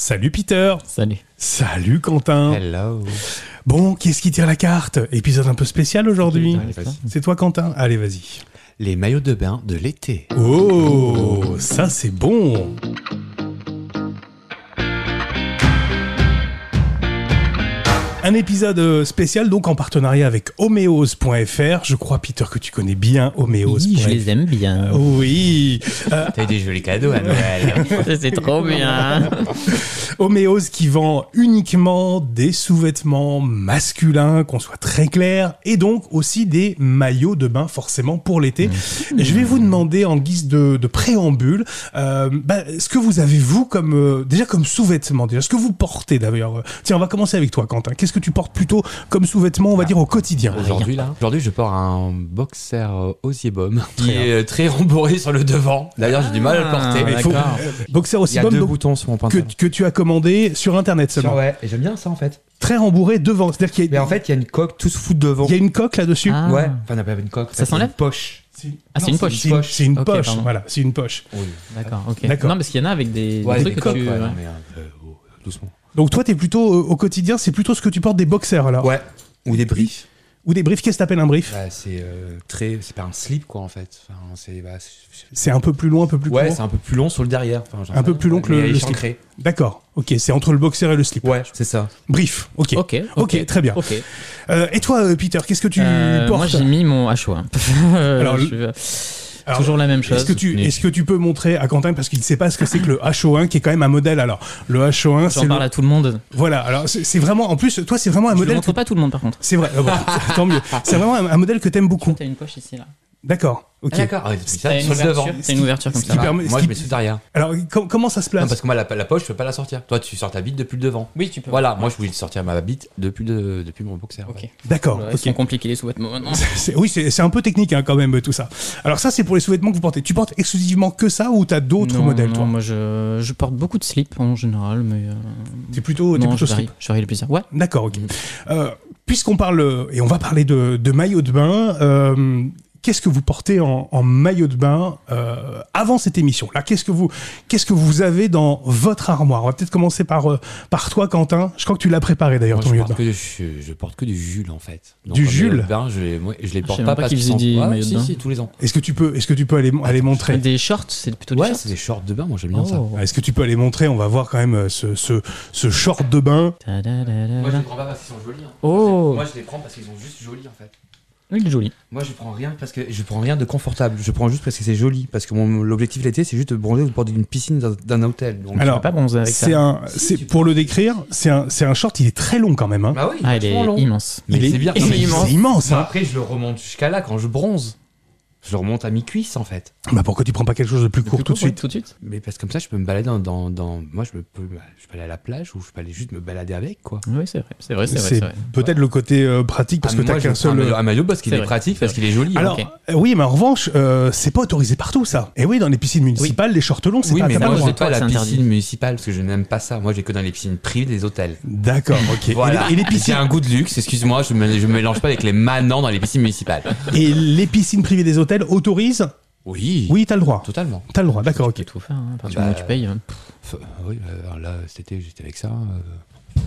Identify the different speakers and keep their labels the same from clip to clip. Speaker 1: Salut Peter
Speaker 2: Salut.
Speaker 1: Salut Quentin
Speaker 3: Hello.
Speaker 1: Bon, qui est-ce qui tire la carte Épisode un peu spécial aujourd'hui.
Speaker 2: Allez, vas-y.
Speaker 1: C'est toi Quentin Allez, vas-y.
Speaker 3: Les maillots de bain de l'été.
Speaker 1: Oh, ça c'est bon Un épisode euh, spécial donc en partenariat avec homeos.fr. Je crois Peter que tu connais bien homeos.fr.
Speaker 2: Oui, je les aime
Speaker 1: Ah,
Speaker 2: bien.
Speaker 1: Oui,
Speaker 3: T'as eu des jolis cadeaux à Noël. hein.
Speaker 2: Ça, C'est trop
Speaker 1: Ah,
Speaker 2: bien.
Speaker 1: Homéos qui vend uniquement des sous-vêtements masculins, qu'on soit très clair, et donc aussi des maillots de bain forcément pour l'été. Je vais vous demander en guise de, de préambule, euh, bah, ce que vous avez vous comme euh, déjà comme sous-vêtements, déjà ce que vous portez d'ailleurs. euh, Tiens, on va commencer avec toi, Quentin. Qu'est-ce que tu portes plutôt comme sous-vêtements, on va dire au quotidien
Speaker 3: Aujourd'hui, là. Aujourd'hui, je porte un boxer euh, Osiebom qui est euh, très rembourré sur le devant. D'ailleurs, j'ai du mal à le porter.
Speaker 1: Mais Ah, il faut- euh, boxer
Speaker 3: Il
Speaker 1: aussi
Speaker 3: y a
Speaker 1: bon
Speaker 3: deux
Speaker 1: donc,
Speaker 3: boutons sur mon
Speaker 1: que,
Speaker 3: pantalon.
Speaker 1: que tu as commandé sur internet seulement,
Speaker 4: Ouais, et j'aime bien ça en fait.
Speaker 1: très rembourré devant, c'est-à-dire qu'il y,
Speaker 4: Mais
Speaker 1: a-
Speaker 4: en fait, il y a une coque, tout se fout devant.
Speaker 1: il y a une coque là-dessus.
Speaker 2: Ah.
Speaker 4: Ouais, enfin, on appelle pas une coque. en
Speaker 2: Ça
Speaker 4: fait,
Speaker 2: s'enlève
Speaker 4: une Poche.
Speaker 2: Ah, c'est
Speaker 1: Non,
Speaker 2: une poche.
Speaker 1: C'est une, c'est une
Speaker 2: Ok,
Speaker 1: poche,
Speaker 2: pardon.
Speaker 1: voilà, c'est une poche.
Speaker 2: D'accord, ok.
Speaker 1: D'accord.
Speaker 2: Non, parce qu'il y en a avec des,
Speaker 3: Ouais,
Speaker 2: des
Speaker 3: des
Speaker 2: trucs que
Speaker 3: coques,
Speaker 2: tu.
Speaker 3: ouais,
Speaker 2: ouais.
Speaker 3: non, mais, euh, euh, doucement.
Speaker 1: Donc toi, t'es plutôt euh, au quotidien, c'est plutôt ce que tu portes des boxers alors
Speaker 4: Ouais. Ou des briques.
Speaker 1: Ou des briefs, qu'est-ce que t'appelles un brief
Speaker 3: Bah, c'est euh, très. C'est pas un slip, quoi, en fait. Enfin, c'est, bah, c'est-
Speaker 1: C'est un peu plus long, un peu plus
Speaker 3: Ouais,
Speaker 1: court
Speaker 3: c'est un peu plus long sur le derrière. Enfin, j'en
Speaker 1: Un
Speaker 3: sais
Speaker 1: peu
Speaker 3: pas.
Speaker 1: plus long que le-
Speaker 3: Mais
Speaker 1: le slip.
Speaker 3: échancré.
Speaker 1: D'accord, ok, c'est entre le boxer et le slip.
Speaker 4: Ouais, c'est ça.
Speaker 1: Brief, ok.
Speaker 2: Ok,
Speaker 1: Ok, très bien.
Speaker 2: Ok.
Speaker 1: Euh, et toi, euh, Peter, qu'est-ce que tu
Speaker 2: Euh,
Speaker 1: portes
Speaker 2: moi, j'ai mis mon H1.
Speaker 1: Alors,
Speaker 2: Je suis, euh,
Speaker 1: Alors,
Speaker 2: toujours la même chose.
Speaker 1: Est-ce que, tu,
Speaker 2: Mais
Speaker 1: est-ce que tu peux montrer à Quentin, parce qu'il ne sait pas ce que c'est que le HO1, qui est quand même un modèle Alors, le HO1, c'est.
Speaker 2: J'en
Speaker 1: le-
Speaker 2: parle à tout le monde.
Speaker 1: Voilà, alors c'est c'est vraiment. En plus, toi, c'est vraiment un
Speaker 2: Je le
Speaker 1: modèle.
Speaker 2: montre
Speaker 1: Que...
Speaker 2: pas à tout le monde, par contre.
Speaker 1: C'est vrai, ah bon, tant mieux. C'est vraiment un, un modèle que t'aimes beaucoup.
Speaker 2: T'as une poche ici, là.
Speaker 1: D'accord, ok.
Speaker 3: Ah, d'accord. Ah, c'est
Speaker 2: T'as
Speaker 3: ça,
Speaker 2: une
Speaker 3: sur le devant.
Speaker 2: ouverture, t'as une ouverture comme
Speaker 1: Ce
Speaker 2: ça.
Speaker 1: qui permet- ce
Speaker 3: Moi,
Speaker 1: qui-
Speaker 3: je mets sous le derrière.
Speaker 1: Alors, com- comment ça se place
Speaker 3: Non, parce que moi, la, la poche, je peux pas la sortir. Toi, tu sors ta bite depuis le devant.
Speaker 2: Oui, tu peux.
Speaker 3: Voilà, moi, je voulais sortir ma bite depuis, le- depuis mon boxer.
Speaker 2: Ok.
Speaker 1: D'accord,
Speaker 2: Ils
Speaker 1: ok.
Speaker 2: sont compliqués, les sous-vêtements maintenant.
Speaker 1: C'est- oui, c'est c'est un peu technique hein, quand même tout ça. Alors ça, c'est pour les sous-vêtements que vous portez. Tu portes exclusivement que ça ou t'as d'autres
Speaker 2: Non,
Speaker 1: modèles
Speaker 2: non,
Speaker 1: toi
Speaker 2: moi je, je porte beaucoup de slips en général, mais. euh,
Speaker 1: T'es plutôt, t'es
Speaker 2: non,
Speaker 1: plutôt
Speaker 2: je
Speaker 1: slip.
Speaker 2: varie, Mm. je varie le plaisir. Ouais.
Speaker 1: D'accord, ok. Euh, Puisqu'on parle euh, et on va parler de, de maillot de bain. euh, Qu'est-ce que vous portez en, en maillot de bain euh, avant cette émission Là, qu'est-ce que vous, qu'est-ce que vous avez dans votre armoire On va peut-être commencer par euh, par toi, Quentin. Je crois que tu l'as préparé d'ailleurs
Speaker 3: Moi,
Speaker 1: ton
Speaker 3: je,
Speaker 1: maillot de
Speaker 3: porte
Speaker 1: bain.
Speaker 3: que, je, je porte que du Jules en fait. Donc,
Speaker 1: Du
Speaker 3: en maillot de
Speaker 1: Jules
Speaker 3: bain, je, les- moi, je les
Speaker 2: Ah, je
Speaker 3: porte
Speaker 2: savais
Speaker 3: pas
Speaker 2: même pas
Speaker 3: parce
Speaker 2: qu'ils
Speaker 3: qu'ils sont
Speaker 2: faisaient des
Speaker 3: Ah,
Speaker 2: maillots de
Speaker 3: si,
Speaker 2: bain.
Speaker 3: si, tous les ans.
Speaker 1: Est-ce que tu peux, est-ce que tu peux aller,
Speaker 2: Ah,
Speaker 1: aller montrer
Speaker 2: Des shorts, c'est plutôt des
Speaker 3: Ouais,
Speaker 2: shorts.
Speaker 3: c'est des shorts de bain, moi j'aime bien ça.
Speaker 2: Oh.
Speaker 1: Ah, Est-ce que tu peux aller montrer On va voir quand même euh, ce ce, ce short de bain.
Speaker 3: Moi je
Speaker 2: Ta-da-da-da-da.
Speaker 3: les prends pas parce qu'ils sont jolis. hein.
Speaker 2: Oh.
Speaker 3: Moi je les prends parce qu'ils sont juste jolis en fait.
Speaker 2: Il est joli.
Speaker 3: Moi je prends rien parce que je prends rien.
Speaker 4: Rien de confortable. Je prends juste parce que c'est joli. Parce que mon- l'objectif l'été, c'est juste de bronzer ou de porter d'une piscine d'un- d'un hôtel. Donc,
Speaker 1: Alors,
Speaker 2: T'as pas bronzé avec
Speaker 1: C'est
Speaker 2: ça.
Speaker 1: un, c'est pour le décrire, c'est un, c'est un short. Il est très long quand même. Hein.
Speaker 3: Bah oui,
Speaker 2: Ah, il est
Speaker 3: vachement long.
Speaker 2: immense.
Speaker 3: Mais
Speaker 1: Il est-
Speaker 3: c'est bien.
Speaker 1: il
Speaker 3: Non,
Speaker 1: est
Speaker 3: mais
Speaker 1: immense.
Speaker 3: c'est- Moi,
Speaker 1: hein.
Speaker 3: après je le remonte jusqu'à là quand je bronze. Je le remonte à mi-cuisse en fait.
Speaker 1: Bah pourquoi tu prends pas quelque chose de plus court tout de suite
Speaker 2: Tout de suite.
Speaker 3: Mais parce que comme ça je peux me balader dans. dans, dans- Moi je, me peux, bah, je peux aller à la plage ou je peux aller juste me balader avec quoi.
Speaker 2: Oui, c'est vrai, c'est vrai, c'est vrai.
Speaker 1: C'est
Speaker 2: c'est vrai.
Speaker 1: peut-être le côté euh, pratique parce
Speaker 3: Ah,
Speaker 1: que
Speaker 3: moi,
Speaker 1: t'as
Speaker 3: je
Speaker 1: qu'un
Speaker 3: prends un
Speaker 1: seul. euh,
Speaker 3: maillot- Un maillot parce qu'il
Speaker 2: C'est
Speaker 3: est
Speaker 2: vrai.
Speaker 3: pratique,
Speaker 2: C'est
Speaker 3: parce qu'il est joli. hein.
Speaker 1: Alors
Speaker 2: ok.
Speaker 1: euh, oui, mais en revanche, euh, c'est pas autorisé partout ça. Et oui, dans les piscines municipales, les shorts longs, c'est
Speaker 3: Oui,
Speaker 1: pas.
Speaker 3: mais
Speaker 1: t'as pas
Speaker 3: moi,
Speaker 1: le
Speaker 3: je
Speaker 1: droit.
Speaker 3: n'ai pas la
Speaker 2: C'est
Speaker 3: piscine
Speaker 2: interdit.
Speaker 3: municipale parce que je n'aime pas ça. Moi, j'ai que dans les piscines privées des hôtels.
Speaker 1: D'accord, ok. Et
Speaker 3: Voilà.
Speaker 1: les- Et, les,
Speaker 3: J'ai
Speaker 1: piscines,
Speaker 3: un goût de luxe, excuse-moi, je me, je me mélange pas avec les manants dans les piscines municipales.
Speaker 1: et les piscines privées des hôtels autorisent
Speaker 3: Oui,
Speaker 1: Oui, t'as le droit.
Speaker 3: totalement.
Speaker 1: T'as le droit, d'accord, ok.
Speaker 2: Tu peux tout faire, hein, à partir du
Speaker 3: Bah,
Speaker 2: moment où tu payes. hein.
Speaker 3: F- oui, bah, alors là, cet été, j'étais avec ça. euh,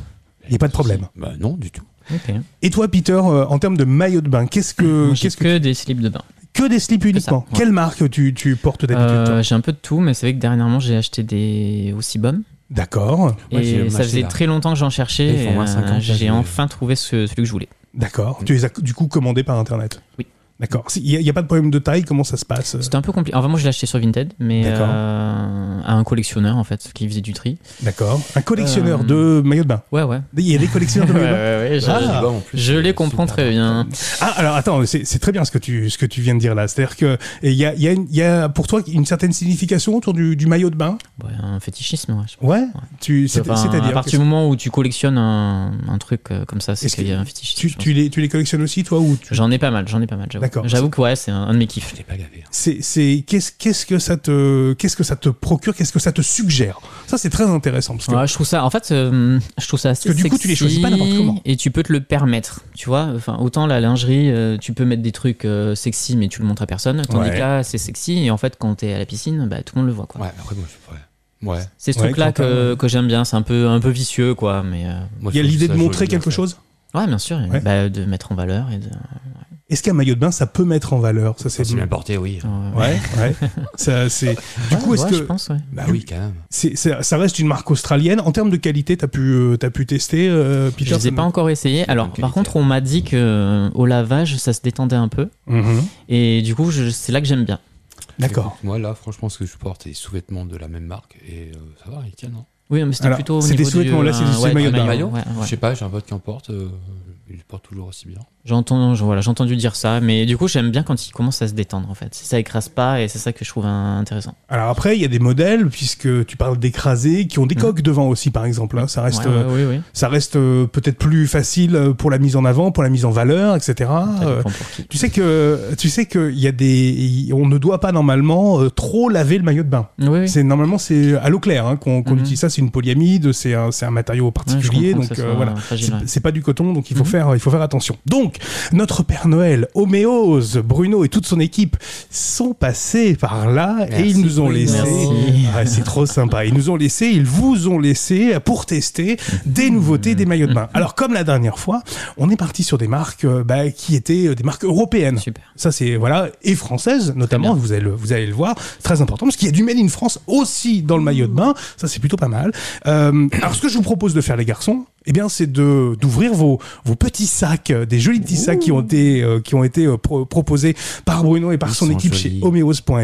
Speaker 1: Il y a pas de problème.
Speaker 3: Bah, non, du tout.
Speaker 2: Ok.
Speaker 1: Et toi, Peter, euh, en termes de maillot de bain, qu'est-ce que,
Speaker 2: Moi, j'ai
Speaker 1: qu'est-ce que,
Speaker 2: que des slips de bain.
Speaker 1: que des slips uniquement
Speaker 2: ouais.
Speaker 1: Quelle marque tu, tu portes d'habitude
Speaker 2: Euh,
Speaker 1: toi
Speaker 2: j'ai un peu de tout, mais c'est vrai que dernièrement j'ai acheté des aussi bombes.
Speaker 1: D'accord,
Speaker 3: Moi, j'ai
Speaker 2: et ça
Speaker 3: acheté
Speaker 2: faisait
Speaker 3: là.
Speaker 2: très longtemps que j'en cherchais.
Speaker 3: Ils font
Speaker 2: et,
Speaker 3: moins 50,
Speaker 2: euh, j'ai
Speaker 3: là, je-
Speaker 2: enfin trouvé ce- celui que je voulais.
Speaker 1: d'accord. Tu les as du coup commandés par internet.
Speaker 2: Mm. Oui.
Speaker 1: D'accord. Il n'y a, y a pas de problème de taille. Comment ça se passe euh,
Speaker 2: C'était un peu compliqué. Enfin, moi je l'ai acheté sur Vinted, mais
Speaker 1: D'accord.
Speaker 2: euh, à un collectionneur en fait qui faisait du tri.
Speaker 1: D'accord. Un collectionneur de maillots de bain.
Speaker 2: Ouais, ouais.
Speaker 1: Il y a des collectionneurs de
Speaker 2: Euh, Ouais,
Speaker 1: maillots de bain.
Speaker 2: ouais, ouais, je-
Speaker 1: Ah.
Speaker 3: J'ai dit, bah, en plus,
Speaker 2: Je les
Speaker 3: c'est
Speaker 2: comprends
Speaker 3: super
Speaker 2: très bien.
Speaker 1: Ah, alors attends, c'est c'est très bien ce que tu ce que tu viens de dire là. C'est-à-dire que et il y a, il y a une- il y a pour toi une certaine signification autour du, du maillot de bain.
Speaker 2: Ouais, un fétichisme, ouais, je
Speaker 1: Ouais. Tu c'est-
Speaker 2: Enfin,
Speaker 1: c'est-à-dire
Speaker 2: à partir du moment où tu collectionnes un, un truc euh, comme ça, c'est
Speaker 1: Est-ce
Speaker 2: qu'il y
Speaker 1: que
Speaker 2: a un fétichisme.
Speaker 1: tu,
Speaker 2: je pense.
Speaker 1: tu les tu les collectionnes aussi toi ou tu-
Speaker 2: J'en ai pas mal, j'en ai pas mal. j'avoue.
Speaker 1: D'accord.
Speaker 2: J'avoue que ouais, c'est un, un de mes kiffs.
Speaker 3: Je l'ai pas gavé. hein.
Speaker 1: c'est c'est qu'est-ce qu'est-ce que ça te qu'est-ce que ça te procure qu'est-ce que ça te suggère ça c'est très intéressant parce que
Speaker 2: Ouais, je trouve ça, en fait, euh, je trouve ça assez
Speaker 1: Parce que du coup, tu les choisis pas
Speaker 2: sexy
Speaker 1: n'importe comment.
Speaker 2: Et tu peux te le permettre, tu vois. Enfin, autant la lingerie, euh, tu peux mettre des trucs euh, sexy, mais tu le montres à personne. Tandis
Speaker 1: Ouais.
Speaker 2: que là, c'est sexy, et en fait, quand t'es à la piscine, bah, tout le monde le voit, quoi.
Speaker 3: Ouais, mais après, moi, je, ouais. Ouais.
Speaker 2: C'est ce
Speaker 1: Ouais,
Speaker 2: truc-là
Speaker 1: Quentin,
Speaker 2: que, que j'aime bien. C'est un peu, un peu vicieux, quoi. Mais euh,
Speaker 3: Moi,
Speaker 1: Il y a
Speaker 3: je trouve
Speaker 1: l'idée de
Speaker 3: ça
Speaker 1: montrer
Speaker 3: joli,
Speaker 1: quelque
Speaker 3: en fait.
Speaker 1: chose.
Speaker 2: ouais, bien sûr. et
Speaker 1: Ouais.
Speaker 2: bah, de mettre en valeur et de.
Speaker 1: Est-ce qu'un maillot de bain, ça peut mettre en valeur Ça, c'est
Speaker 3: C'est bien porté, oui.
Speaker 1: Ouais, ouais. Ça, c'est. Du coup,
Speaker 2: Ouais,
Speaker 1: est-ce
Speaker 2: ouais, je
Speaker 1: que
Speaker 2: pense, ouais.
Speaker 3: Bah
Speaker 1: Du-
Speaker 3: oui, quand même.
Speaker 1: c'est- c'est- ça reste une marque australienne En termes de qualité, t'as pu, euh, t'as pu tester, euh, Peter
Speaker 2: Je les ai
Speaker 1: ça-
Speaker 2: pas encore essayé. Alors,
Speaker 3: bonne
Speaker 2: par
Speaker 3: qualité.
Speaker 2: contre, on m'a dit que euh, au lavage, ça se détendait un peu.
Speaker 1: Mhm.
Speaker 2: Et du coup, je- c'est là que j'aime bien.
Speaker 1: D'accord.
Speaker 3: Écoute, Moi, là, franchement, ce que je porte, c'est des sous-vêtements de la même marque et euh, ça va, ils tiennent. hein.
Speaker 2: Oui, mais c'était
Speaker 1: Alors,
Speaker 2: plutôt au
Speaker 1: c'est
Speaker 2: niveau
Speaker 1: des sous-vêtements,
Speaker 2: du,
Speaker 1: là, c'est du-
Speaker 2: euh,
Speaker 1: c'est
Speaker 2: ouais,
Speaker 1: le
Speaker 2: du
Speaker 1: maillot
Speaker 3: de bain.
Speaker 2: ouais, ouais.
Speaker 3: Je sais pas, j'ai un pote qui en porte, euh, il le porte toujours aussi bien.
Speaker 2: J'entends, je- voilà, j'ai entendu dire ça, mais du coup, j'aime bien quand il commence à se détendre, en fait. Ça écrase pas, et c'est ça que je trouve euh, intéressant.
Speaker 1: Alors après, il y a des modèles, puisque tu parles d'écrasés, qui ont des
Speaker 2: Mhm.
Speaker 1: coques devant aussi, par exemple. hein. Ça reste,
Speaker 2: Ouais, ouais,
Speaker 1: euh,
Speaker 2: oui, oui.
Speaker 1: ça reste euh, peut-être plus facile euh, pour la mise en avant, pour la mise en valeur, etc.
Speaker 2: Ça
Speaker 1: Euh,
Speaker 2: dépend pour qui.
Speaker 1: tu sais que, tu sais que il y a des, on ne doit pas normalement euh, trop laver le maillot de bain.
Speaker 2: Oui, oui.
Speaker 1: C'est normalement c'est à l'eau claire hein, qu'on qu'on
Speaker 2: Mhm.
Speaker 1: utilise ça. C'est une polyamide, c'est un, c'est un matériau
Speaker 2: Ouais, je
Speaker 1: particulier,
Speaker 2: comprends que
Speaker 1: donc
Speaker 2: ça
Speaker 1: euh,
Speaker 2: soit
Speaker 1: voilà.
Speaker 2: fragile,
Speaker 1: C'est
Speaker 2: ouais.
Speaker 1: c'est pas du coton, donc il faut,
Speaker 2: Mhm.
Speaker 1: faire, il faut faire attention. Donc, notre Père Noël, Homéose, Bruno et toute son équipe sont passés par là et
Speaker 3: Merci,
Speaker 1: ils nous ont
Speaker 3: Bruno.
Speaker 1: laissé.
Speaker 2: Merci.
Speaker 1: Ah, C'est trop sympa. Ils nous ont laissé, ils vous ont laissé pour tester des nouveautés, des maillots de bain. Alors, comme la dernière fois, on est parti sur des marques euh, bah, qui étaient euh, des marques européennes.
Speaker 2: Super.
Speaker 1: Ça, c'est voilà, et française notamment. Vous allez, le, vous allez le voir, très important parce qu'il y a du Made in France aussi dans le maillot de
Speaker 3: Mmh.
Speaker 1: bain. Ça, c'est plutôt pas mal. Euh, alors, ce que je vous propose de faire, les garçons, eh bien, c'est de d'ouvrir vos vos petits sacs, euh, des jolis petits sacs qui ont été euh, qui ont été euh, pro- proposés par Bruno et par
Speaker 3: Ils
Speaker 1: son
Speaker 3: sont
Speaker 1: équipe
Speaker 3: jolis.
Speaker 1: chez Homeos.fr.
Speaker 2: pas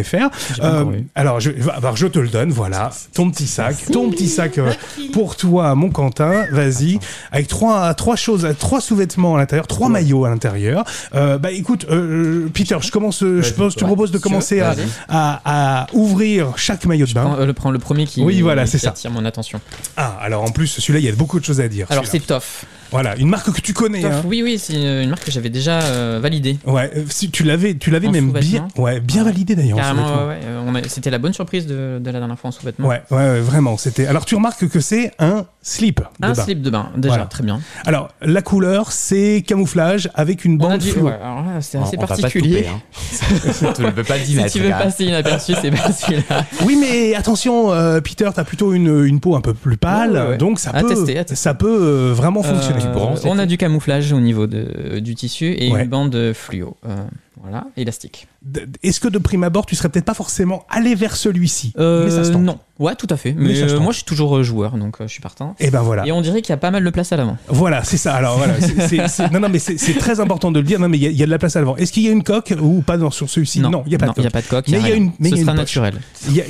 Speaker 1: Euh,
Speaker 2: encore eu.
Speaker 1: alors, je, alors, je te le donne. Voilà, ton petit sac, ton petit sac euh, pour toi, mon Quentin. Vas-y, avec trois trois choses, trois sous-vêtements à l'intérieur, trois maillots à l'intérieur. Euh, bah écoute, euh, Peter, je commence, euh, je
Speaker 3: Vas-y,
Speaker 1: pense, je te
Speaker 3: ouais.
Speaker 1: propose de commencer à,
Speaker 3: Vas-y.
Speaker 1: à, à ouvrir chaque maillot de
Speaker 2: Prends,
Speaker 1: bain.
Speaker 2: euh, le, prends le premier qui,
Speaker 1: Oui, voilà,
Speaker 2: qui
Speaker 1: c'est ça.
Speaker 2: attire mon attention.
Speaker 1: Ah, alors en plus, celui-là, il y a beaucoup de choses à dire.
Speaker 2: Alors, c'est
Speaker 1: celui-là.
Speaker 2: Toff.
Speaker 1: voilà, une marque que tu connais.
Speaker 2: Toff,
Speaker 1: hein.
Speaker 2: oui, oui, c'est une une marque que j'avais déjà euh, validée.
Speaker 1: Ouais, euh, si tu l'avais, tu l'avais
Speaker 2: En
Speaker 1: même bien,
Speaker 2: sous-vêtements.
Speaker 1: ouais, bien validé d'ailleurs. en
Speaker 2: Carrément,
Speaker 1: sous-vêtements.
Speaker 2: ouais, ouais, euh, on a- c'était la bonne surprise de, de la dernière fois en sous-vêtements.
Speaker 1: Ouais, ouais, ouais, vraiment. C'était. Alors, tu remarques que c'est un slip. de
Speaker 2: Un
Speaker 1: bain.
Speaker 2: slip de bain, déjà,
Speaker 1: Voilà.
Speaker 2: très bien.
Speaker 1: Alors, la couleur, c'est camouflage avec une
Speaker 2: On a
Speaker 1: bande
Speaker 2: dit-
Speaker 1: fluo.
Speaker 2: ouais, alors là, c'est assez
Speaker 3: On- on va pas te
Speaker 2: particulier.
Speaker 3: couper, hein. tu ne peux pas
Speaker 2: Si
Speaker 3: dire.
Speaker 2: tu veux passer inaperçu, c'est pas celui-là.
Speaker 1: Oui, mais attention, euh, Peter, t'as plutôt une, une peau un peu plus pâle,
Speaker 2: Ouais, ouais, ouais.
Speaker 1: donc ça
Speaker 2: À
Speaker 1: peut,
Speaker 2: tester, à tester.
Speaker 1: ça peut euh, vraiment fonctionner.
Speaker 2: Euh,
Speaker 3: pourras en
Speaker 2: on a du camouflage au niveau de- du tissu et
Speaker 1: Ouais.
Speaker 2: une bande fluo. euh, voilà, élastique.
Speaker 1: D- d- Est-ce que de prime abord, tu serais peut-être pas forcément allé vers celui-ci Mais ça se tente.
Speaker 2: Euh, non, ouais, tout à fait.
Speaker 1: Mais
Speaker 2: Mais,
Speaker 1: ça se
Speaker 2: euh,
Speaker 1: tente.
Speaker 2: moi, je suis toujours euh, joueur, donc euh, je suis partant.
Speaker 1: Et ben voilà.
Speaker 2: Et on dirait qu'il y a pas mal de place à l'avant.
Speaker 1: Voilà, c'est ça. Alors voilà, c'est- c'est- c'est- non, non, mais c'est c'est très important de le dire. Non, mais il y, a- il y a de la place à l'avant. Est-ce qu'il y a une coque ou pas dans, sur celui-ci Non, il n'y a pas de
Speaker 2: il y
Speaker 1: coque.
Speaker 2: coque.
Speaker 1: Mais
Speaker 2: il y a
Speaker 1: il y a
Speaker 2: rien.
Speaker 1: une- mais il y
Speaker 2: Ce
Speaker 1: a une
Speaker 2: sera
Speaker 1: poche.
Speaker 2: naturel.
Speaker 1: Il y a-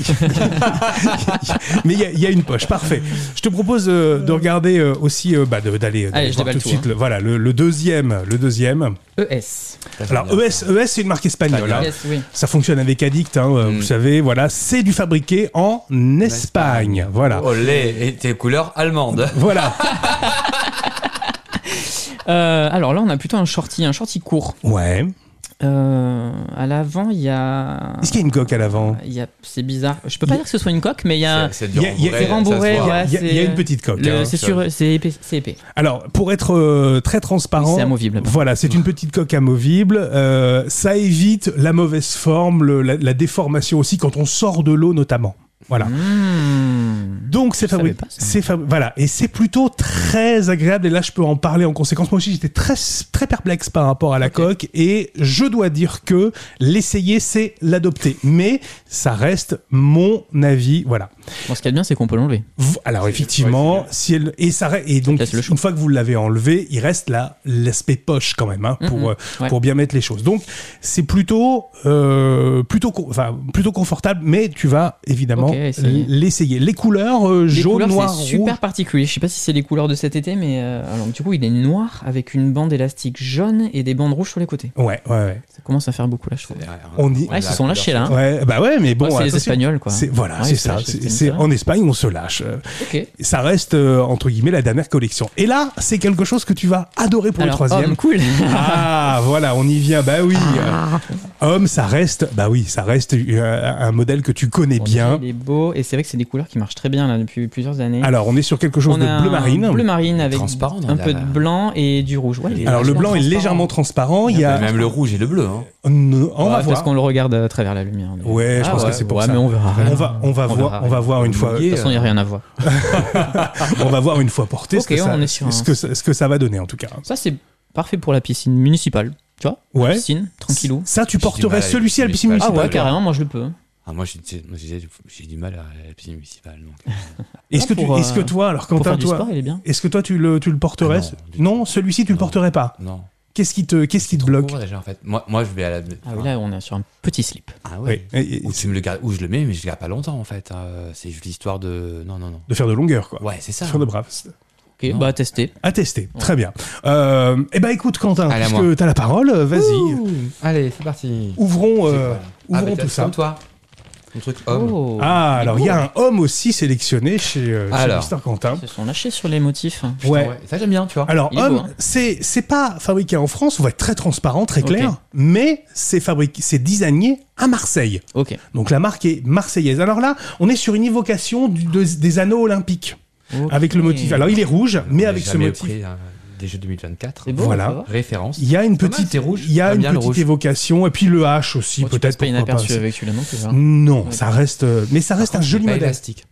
Speaker 1: mais il y a, il y a une poche, parfait. Je te propose euh, de regarder euh, aussi, euh, bah, de- d'aller d'aller
Speaker 2: je
Speaker 1: voir
Speaker 2: déballe
Speaker 1: tout de
Speaker 2: tout, hein.
Speaker 1: suite. le- voilà, le, le deuxième, le deuxième.
Speaker 2: E ES.
Speaker 1: Alors E ES, ES, c'est une marque espagnole. hein.
Speaker 2: Yes, E oui.
Speaker 1: Ça fonctionne avec Addict, hein, euh,
Speaker 3: Mm.
Speaker 1: vous savez. Voilà, c'est du fabriqué en Espagne. Voilà.
Speaker 3: Oh Olé, et tes couleurs allemandes.
Speaker 1: Voilà.
Speaker 2: Euh, alors là, on a plutôt un shorty, un shorty court.
Speaker 1: Ouais.
Speaker 2: Euh, à l'avant, il y a.
Speaker 1: Est-ce qu'il y a une coque à l'avant
Speaker 2: Il y a- C'est bizarre. Je peux pas dire que ce soit une coque, mais il y a.
Speaker 3: C'est
Speaker 1: Il Hein. y a- il y a-
Speaker 3: rembourré,
Speaker 1: c'est
Speaker 2: rembourré,
Speaker 3: ça se voit.
Speaker 2: ouais. Ah,
Speaker 1: Il y, a- il y a
Speaker 2: c'est-
Speaker 1: une petite coque.
Speaker 2: le-
Speaker 1: hein.
Speaker 2: C'est sûr, c'est épais. C'est épais.
Speaker 1: Alors, pour être euh, très transparent,
Speaker 2: Oui, c'est amovible.
Speaker 1: Voilà, c'est une petite coque amovible. Euh, ça évite la mauvaise forme, le- la, la déformation aussi quand on sort de l'eau notamment. Voilà.
Speaker 2: Mmh.
Speaker 1: Donc c'est
Speaker 2: savais
Speaker 1: fabriqué.
Speaker 2: pas ça.
Speaker 1: C'est fabri- voilà, et c'est plutôt très agréable. Et là, je peux en parler en conséquence. Moi aussi, j'étais très très perplexe par rapport à la coque, et je dois dire que l'essayer, c'est l'adopter. Mais ça reste mon avis. Voilà.
Speaker 2: Bon, ce qu'il y a de bien, c'est qu'on peut l'enlever.
Speaker 1: Vous- Alors effectivement, si elle et ça re- et donc
Speaker 2: Casse le chou.
Speaker 1: une fois que vous l'avez enlevé, il reste là l'aspect poche quand même hein, pour
Speaker 2: Mhm,
Speaker 1: euh,
Speaker 2: ouais.
Speaker 1: pour bien mettre les choses. Donc c'est plutôt euh, plutôt con- enfin plutôt confortable, mais tu vas évidemment
Speaker 2: Ok, essayer.
Speaker 1: l'essayer. Les couleurs euh,
Speaker 2: Les
Speaker 1: jaune,
Speaker 2: couleurs,
Speaker 1: noir,
Speaker 2: c'est
Speaker 1: rouge.
Speaker 2: super particulier. Je sais pas si c'est les couleurs de cet été, mais euh, alors du coup, il est noir avec une bande élastique jaune et des bandes rouges sur les côtés.
Speaker 1: Ouais, ouais, ouais.
Speaker 2: Ça commence à faire beaucoup là, je trouve.
Speaker 1: On y-
Speaker 2: Ah, ils se sont lâchés là. hein.
Speaker 1: Ouais, bah ouais, mais bon,
Speaker 2: Ouais, c'est les
Speaker 1: attention.
Speaker 2: Espagnols, quoi.
Speaker 1: C'est- voilà,
Speaker 2: Ouais,
Speaker 1: c'est
Speaker 2: ils se
Speaker 1: ça.
Speaker 2: lâchent,
Speaker 1: C'est
Speaker 2: c'est
Speaker 1: c'est-
Speaker 2: une
Speaker 1: en Espagne, on se lâche. Euh,
Speaker 2: Ok.
Speaker 1: Ça reste euh, entre guillemets la dernière collection. Et là, c'est quelque chose que tu vas adorer pour
Speaker 2: Alors,
Speaker 1: le troisième.
Speaker 2: homme, cool.
Speaker 1: Ah, voilà, on y vient. Bah oui. euh, Homme, ça reste, bah oui, ça reste euh, un modèle que tu connais bien.
Speaker 2: Il est beau, beau. Et c'est vrai que c'est des couleurs qui marchent très bien là depuis plusieurs années.
Speaker 1: Alors, on est sur quelque chose
Speaker 2: on a
Speaker 1: de bleu marine.
Speaker 2: Un bleu marine avec
Speaker 3: Transparent, on a
Speaker 2: un
Speaker 3: la-
Speaker 2: peu de blanc et du rouge. Ouais, il est
Speaker 1: Alors, le
Speaker 2: vachement
Speaker 1: blanc est
Speaker 2: transparent.
Speaker 1: légèrement transparent. Il y a.
Speaker 3: Même le rouge et le bleu. hein.
Speaker 1: Non, On
Speaker 2: Ouais,
Speaker 1: va
Speaker 2: parce
Speaker 1: voir.
Speaker 2: qu'on le regarde à travers la lumière. mais-
Speaker 1: Ouais, je
Speaker 2: Ah
Speaker 1: pense
Speaker 2: ouais,
Speaker 1: que c'est pour
Speaker 2: ouais,
Speaker 1: ça.
Speaker 2: mais on verra.
Speaker 1: On va, on va
Speaker 2: On
Speaker 1: voir,
Speaker 2: verra.
Speaker 1: on va voir une fois,
Speaker 2: De toute façon, il n'y a rien à voir.
Speaker 1: on va voir une fois porté
Speaker 2: Ok,
Speaker 1: ce, que ça,
Speaker 2: on est sur un-
Speaker 1: ce, que, ça- ce que ça va donner en tout cas.
Speaker 2: Ça, c'est parfait pour la piscine municipale. Tu vois
Speaker 1: Ouais.
Speaker 2: Piscine, tranquillou.
Speaker 1: Ça, tu
Speaker 3: J'ai du mal
Speaker 1: porterais
Speaker 3: avec
Speaker 1: celui-ci à la
Speaker 3: les
Speaker 1: piscine
Speaker 2: Ah
Speaker 1: municipale.
Speaker 3: municipales.
Speaker 2: ouais, carrément, moi je le peux.
Speaker 3: Ah, moi, j'ai- j'ai j'ai- j'ai du mal à la piscine municipale. donc.
Speaker 1: Est-ce que, tu,
Speaker 2: Pour,
Speaker 1: est-ce que
Speaker 2: euh,
Speaker 1: toi, alors
Speaker 2: Pour
Speaker 1: Quentin,
Speaker 2: faire du
Speaker 1: toi,
Speaker 2: sport, il est bien.
Speaker 1: est-ce que toi tu le, tu le porterais
Speaker 3: Ah
Speaker 1: ce-
Speaker 3: non,
Speaker 1: Non, celui-ci tu le
Speaker 3: Non.
Speaker 1: porterais pas.
Speaker 3: Non.
Speaker 1: Qu'est-ce qui te, qu'est-ce qui te bloque
Speaker 3: Pourquoi, déjà, en fait moi, moi, je vais à la.
Speaker 2: Ah oui, là, on est sur un petit slip.
Speaker 3: Ah
Speaker 1: Oui.
Speaker 3: ouais.
Speaker 1: Et- et-
Speaker 3: Ou tu me le gardes, ou je le mets, mais je le garde pas longtemps en fait. hein. c'est juste l'histoire de. Non, non, non.
Speaker 1: De faire de longueur, quoi.
Speaker 3: Ouais, c'est ça. hein.
Speaker 1: Faire de brave.
Speaker 2: Ok,
Speaker 3: Non.
Speaker 2: bah, tester.
Speaker 1: À tester.
Speaker 2: Ouais.
Speaker 1: Très bien. Euh, eh ben, écoute, Quentin,
Speaker 3: Allez, à moi.
Speaker 1: puisque t'as la parole, euh, vas-y.
Speaker 3: Allez, c'est parti.
Speaker 1: Ouvrons, euh,
Speaker 3: Ah,
Speaker 1: ouvrons
Speaker 3: mais t'as-
Speaker 1: tout ça.
Speaker 3: Comme toi. Mon truc homme.
Speaker 2: Oh.
Speaker 1: Ah, alors il y a un homme aussi sélectionné chez, euh, chez
Speaker 3: Alors.
Speaker 1: Mr. Quentin.
Speaker 2: Ils se sont lâchés sur les motifs.
Speaker 3: Putain,
Speaker 1: ouais.
Speaker 3: Ça, j'aime bien, tu vois.
Speaker 1: Alors,
Speaker 2: Il est
Speaker 1: homme,
Speaker 2: beau, hein.
Speaker 1: c'est c'est pas fabriqué en France, on va être très transparent, très
Speaker 2: Ok.
Speaker 1: clair, mais c'est fabriqué, c'est designé à Marseille.
Speaker 2: Ok.
Speaker 1: Donc la marque est marseillaise. Alors là, on est sur une évocation du- de- des anneaux olympiques, avec le motif. Alors il est rouge, mais
Speaker 3: On
Speaker 1: avec
Speaker 3: n'est
Speaker 1: ce
Speaker 3: jamais
Speaker 1: motif,
Speaker 3: au prix, hein, des Jeux 2024.
Speaker 2: C'est beau,
Speaker 1: Voilà.
Speaker 2: ça
Speaker 3: hein.
Speaker 2: va
Speaker 3: Référence.
Speaker 1: il y a une
Speaker 3: Pas mal,
Speaker 1: petite,
Speaker 3: c'est rouge.
Speaker 1: il y a
Speaker 3: J'aime
Speaker 1: une
Speaker 3: bien le
Speaker 1: petite
Speaker 3: rouge. Oh,
Speaker 1: évocation, et puis le H aussi
Speaker 2: Moi, tu passes
Speaker 1: peut-être.
Speaker 2: pas
Speaker 1: pourquoi pas.
Speaker 2: inaperçu avec celui-là non plus. hein.
Speaker 1: Non,
Speaker 2: Ouais.
Speaker 1: ça reste, euh, mais ça reste un joli
Speaker 3: Pas
Speaker 1: modèle.
Speaker 3: élastique.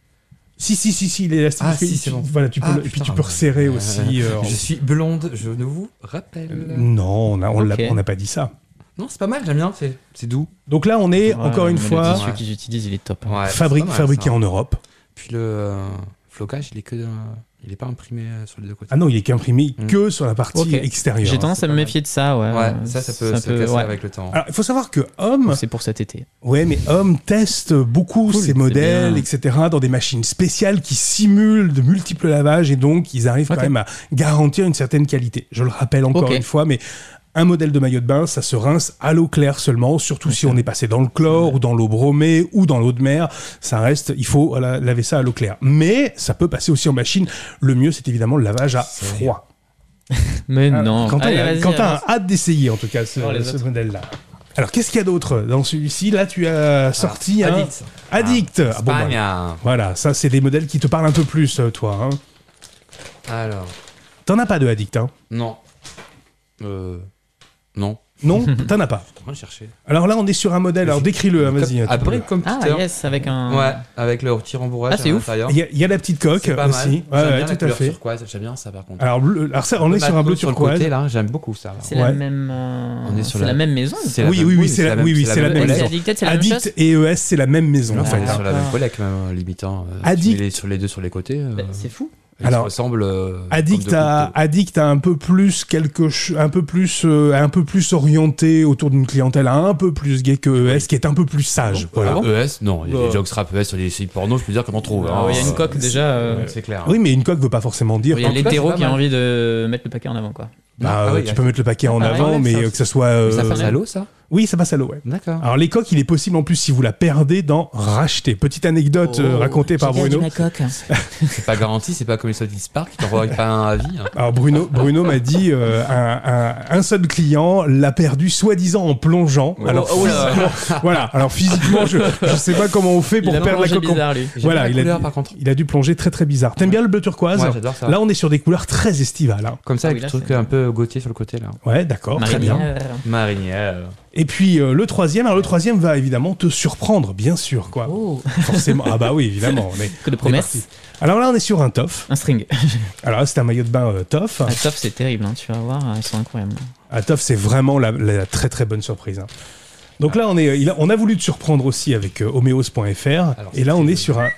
Speaker 1: Si si si si, il est élastique.
Speaker 3: Ah,
Speaker 1: parce que
Speaker 3: si,
Speaker 1: tu-
Speaker 3: c'est bon.
Speaker 1: Voilà, tu peux,
Speaker 3: Ah,
Speaker 1: le- et puis
Speaker 3: putain,
Speaker 1: tu peux
Speaker 3: ouais.
Speaker 1: resserrer aussi. euh, en- Euh,
Speaker 3: Je suis blonde, je ne vous rappelle.
Speaker 1: Non, on a- on l'a-
Speaker 2: Ok.
Speaker 1: on n'a pas dit ça.
Speaker 3: Non, c'est pas mal, j'aime bien, c'est c'est doux.
Speaker 1: Donc là, on est
Speaker 2: Ouais,
Speaker 1: encore une
Speaker 2: mais le
Speaker 1: fois
Speaker 2: tissu qu'ils utilisent, il est top.
Speaker 3: Ouais, c'est
Speaker 1: fabri-
Speaker 3: pas mal,
Speaker 1: fabriqué
Speaker 3: ça.
Speaker 1: en Europe.
Speaker 3: Puis le euh, flocage, il est que. dans- Il est pas imprimé euh, sur les deux côtés.
Speaker 1: Ah non, il est qu'imprimé
Speaker 3: Mm.
Speaker 1: que sur la partie
Speaker 2: Ok.
Speaker 1: extérieure.
Speaker 2: J'ai tendance
Speaker 3: c'est
Speaker 2: à me
Speaker 3: pas mal.
Speaker 2: méfier de ça, ouais.
Speaker 3: ouais, ça, ça peut se casser
Speaker 2: ouais.
Speaker 3: avec le temps.
Speaker 1: Alors, il faut savoir que Homme,
Speaker 2: C'est pour cet été.
Speaker 1: ouais, mais Homme teste beaucoup
Speaker 2: Cool,
Speaker 1: ses
Speaker 2: c'est
Speaker 1: modèles,
Speaker 2: bien.
Speaker 1: etc., dans des machines spéciales qui simulent de multiples lavages et donc ils arrivent
Speaker 2: Ok.
Speaker 1: quand même à garantir une certaine qualité. Je le rappelle encore
Speaker 2: Ok.
Speaker 1: une fois, mais un modèle de maillot de bain, ça se rince à l'eau claire seulement, surtout si on est passé dans le chlore ou dans l'eau bromée ou dans l'eau de mer. Ça reste, il faut voilà, laver ça à l'eau claire. Mais ça peut passer aussi en machine. Le mieux, c'est évidemment le lavage à
Speaker 3: C'est
Speaker 1: froid.
Speaker 2: Mais
Speaker 1: Ah,
Speaker 2: non.
Speaker 1: Quentin,
Speaker 2: Allez,
Speaker 1: il a-
Speaker 2: vas-y,
Speaker 1: Quentin
Speaker 2: avance.
Speaker 1: a hâte d'essayer en tout cas ce,
Speaker 2: Non, les
Speaker 1: ce
Speaker 2: autres.
Speaker 1: modèle-là. Alors qu'est-ce qu'il y a d'autre dans celui-ci Là, tu as sorti un-
Speaker 3: Addict.
Speaker 1: Addict. Ah, bon,
Speaker 3: Espagne.
Speaker 1: bah, voilà, ça c'est des modèles qui te parlent un peu plus, euh, toi. hein.
Speaker 3: Alors.
Speaker 1: T'en as pas de Addict, hein
Speaker 3: Non. Euh. Non.
Speaker 1: Non, t'en as pas.
Speaker 3: Je suis en train de chercher.
Speaker 1: Alors là, on est sur un modèle. Alors décris-le, hein, vas-y.
Speaker 3: Comme-
Speaker 1: hein,
Speaker 3: Après,
Speaker 1: tu
Speaker 3: comme
Speaker 2: Ah,
Speaker 3: Peter.
Speaker 2: yes, avec un.
Speaker 3: Ouais, avec le petit rembourrage.
Speaker 2: Ah, c'est
Speaker 3: à
Speaker 2: ouf.
Speaker 1: peux.
Speaker 3: l'intérieur.
Speaker 1: Il y, a- il y a la petite coque
Speaker 3: hein. C'est pas mal.
Speaker 1: aussi. Ouais,
Speaker 3: J'aime
Speaker 1: ouais,
Speaker 3: bien la
Speaker 1: tout à
Speaker 3: couleur
Speaker 1: fait.
Speaker 3: turquoise, j'aime bien ça par contre.
Speaker 1: Alors, bleu- alors ça, on est sur un
Speaker 3: Mat
Speaker 1: bleu
Speaker 3: sur le côté
Speaker 1: turquoise.
Speaker 3: là, j'aime beaucoup ça. là.
Speaker 2: C'est
Speaker 1: Ouais.
Speaker 2: la même. euh,
Speaker 3: On est sur
Speaker 2: c'est la
Speaker 3: la-
Speaker 2: même maison.
Speaker 3: C'est la
Speaker 1: Oui,
Speaker 3: même-
Speaker 1: oui, oui, c'est la- oui, oui, c'est la
Speaker 2: Le-
Speaker 1: même
Speaker 2: le-
Speaker 1: maison.
Speaker 2: la dictate, c'est la même chose.
Speaker 1: Addict et ES, c'est la même maison
Speaker 3: Non,
Speaker 1: en
Speaker 2: Ah,
Speaker 1: fait.
Speaker 3: on est
Speaker 1: hein. Ah,
Speaker 3: sur la même collecte même euh, limitant.
Speaker 1: Addict.
Speaker 3: sur les deux sur les côtés. euh,
Speaker 2: Bah, C'est fou.
Speaker 3: ils
Speaker 1: Alors,
Speaker 3: se ressemblent. euh, comme
Speaker 1: Addict
Speaker 3: deux
Speaker 1: à,
Speaker 3: couteaux.
Speaker 1: addict à un peu plus quelque cho- un peu plus euh, un peu plus orienté autour d'une clientèle un peu plus gay que ES qui est un peu plus sage
Speaker 2: Ah
Speaker 1: voilà.
Speaker 3: Voilà. ES, Ah, E non, il y a
Speaker 2: Bah.
Speaker 3: des jokes rap ES sur les sites porno, je peux dire comment on trouve.
Speaker 2: Ah
Speaker 3: hein.
Speaker 1: Oh,
Speaker 2: ouais, Il y a une coque déjà. euh,
Speaker 3: C'est clair.
Speaker 1: oui mais une coque veut pas forcément dire
Speaker 2: Il y a
Speaker 3: En tout cas,
Speaker 2: l'hétéro
Speaker 3: c'est pas
Speaker 2: qui a
Speaker 3: mal.
Speaker 2: envie de mettre le paquet en avant, quoi.
Speaker 1: bah,
Speaker 3: Ah
Speaker 1: euh,
Speaker 3: oui,
Speaker 1: tu
Speaker 3: ah,
Speaker 1: peux mettre le paquet en
Speaker 2: pareil,
Speaker 1: avant
Speaker 3: ouais,
Speaker 1: mais
Speaker 3: ça
Speaker 1: euh,
Speaker 3: aussi.
Speaker 1: que ça soit
Speaker 3: Ça
Speaker 1: euh,
Speaker 3: passe à l'eau, ça
Speaker 1: oui ça passe à l'eau ouais.
Speaker 3: D'accord.
Speaker 1: alors les coques il est possible en plus si vous la perdez d'en racheter petite anecdote
Speaker 3: Oh,
Speaker 1: euh, racontée par Bruno
Speaker 2: coque.
Speaker 3: C'est pas garanti, c'est pas comme les South Park, ils t'envoient pas un avis. hein.
Speaker 1: alors Bruno Bruno m'a dit euh, un, un- un seul client l'a perdu soi-disant en plongeant alors
Speaker 2: oh là.
Speaker 1: physiquement- voilà alors physiquement je, je sais pas comment on fait pour
Speaker 2: Il a
Speaker 1: perdre la
Speaker 2: mangé
Speaker 1: coque en-
Speaker 2: bizarre, lui.
Speaker 3: J'aime
Speaker 1: Voilà,
Speaker 3: bien
Speaker 1: il
Speaker 3: la
Speaker 1: a
Speaker 3: couleur,
Speaker 1: dit-
Speaker 3: par contre.
Speaker 1: Il a dû plonger très très bizarre. T'aimes bien le bleu turquoise
Speaker 3: Ouais, j'adore ça.
Speaker 1: Là, on est sur des couleurs très estivales. hein.
Speaker 3: Comme ça,
Speaker 2: Ah oui,
Speaker 3: avec le
Speaker 2: là,
Speaker 3: truc
Speaker 2: c'est-
Speaker 3: un peu gautier sur le côté là.
Speaker 1: Ouais, d'accord, Oh, très
Speaker 2: Marinière.
Speaker 1: bien.
Speaker 3: Marinière.
Speaker 1: Et puis euh, le troisième, alors le troisième va évidemment te surprendre, bien sûr, quoi.
Speaker 2: Oh,
Speaker 1: Forcément. Ah bah oui, évidemment. on est-
Speaker 2: que de
Speaker 1: on est parti. Ah.
Speaker 2: promesses.
Speaker 1: Alors là, on est sur un toff.
Speaker 2: Un string.
Speaker 1: Alors là, c'est un maillot de bain euh, toff.
Speaker 2: Ah, top, c'est terrible, hein, tu vas voir, ils sont incroyables.
Speaker 1: Un toff, c'est vraiment la, la très très bonne surprise. hein.
Speaker 3: Ah.
Speaker 1: Donc là, on est, euh, il a- on a voulu te surprendre aussi avec euh, homeos.fr.
Speaker 3: Alors, euh,
Speaker 1: Et là,
Speaker 3: c'est
Speaker 1: on est
Speaker 3: joli.
Speaker 1: sur un,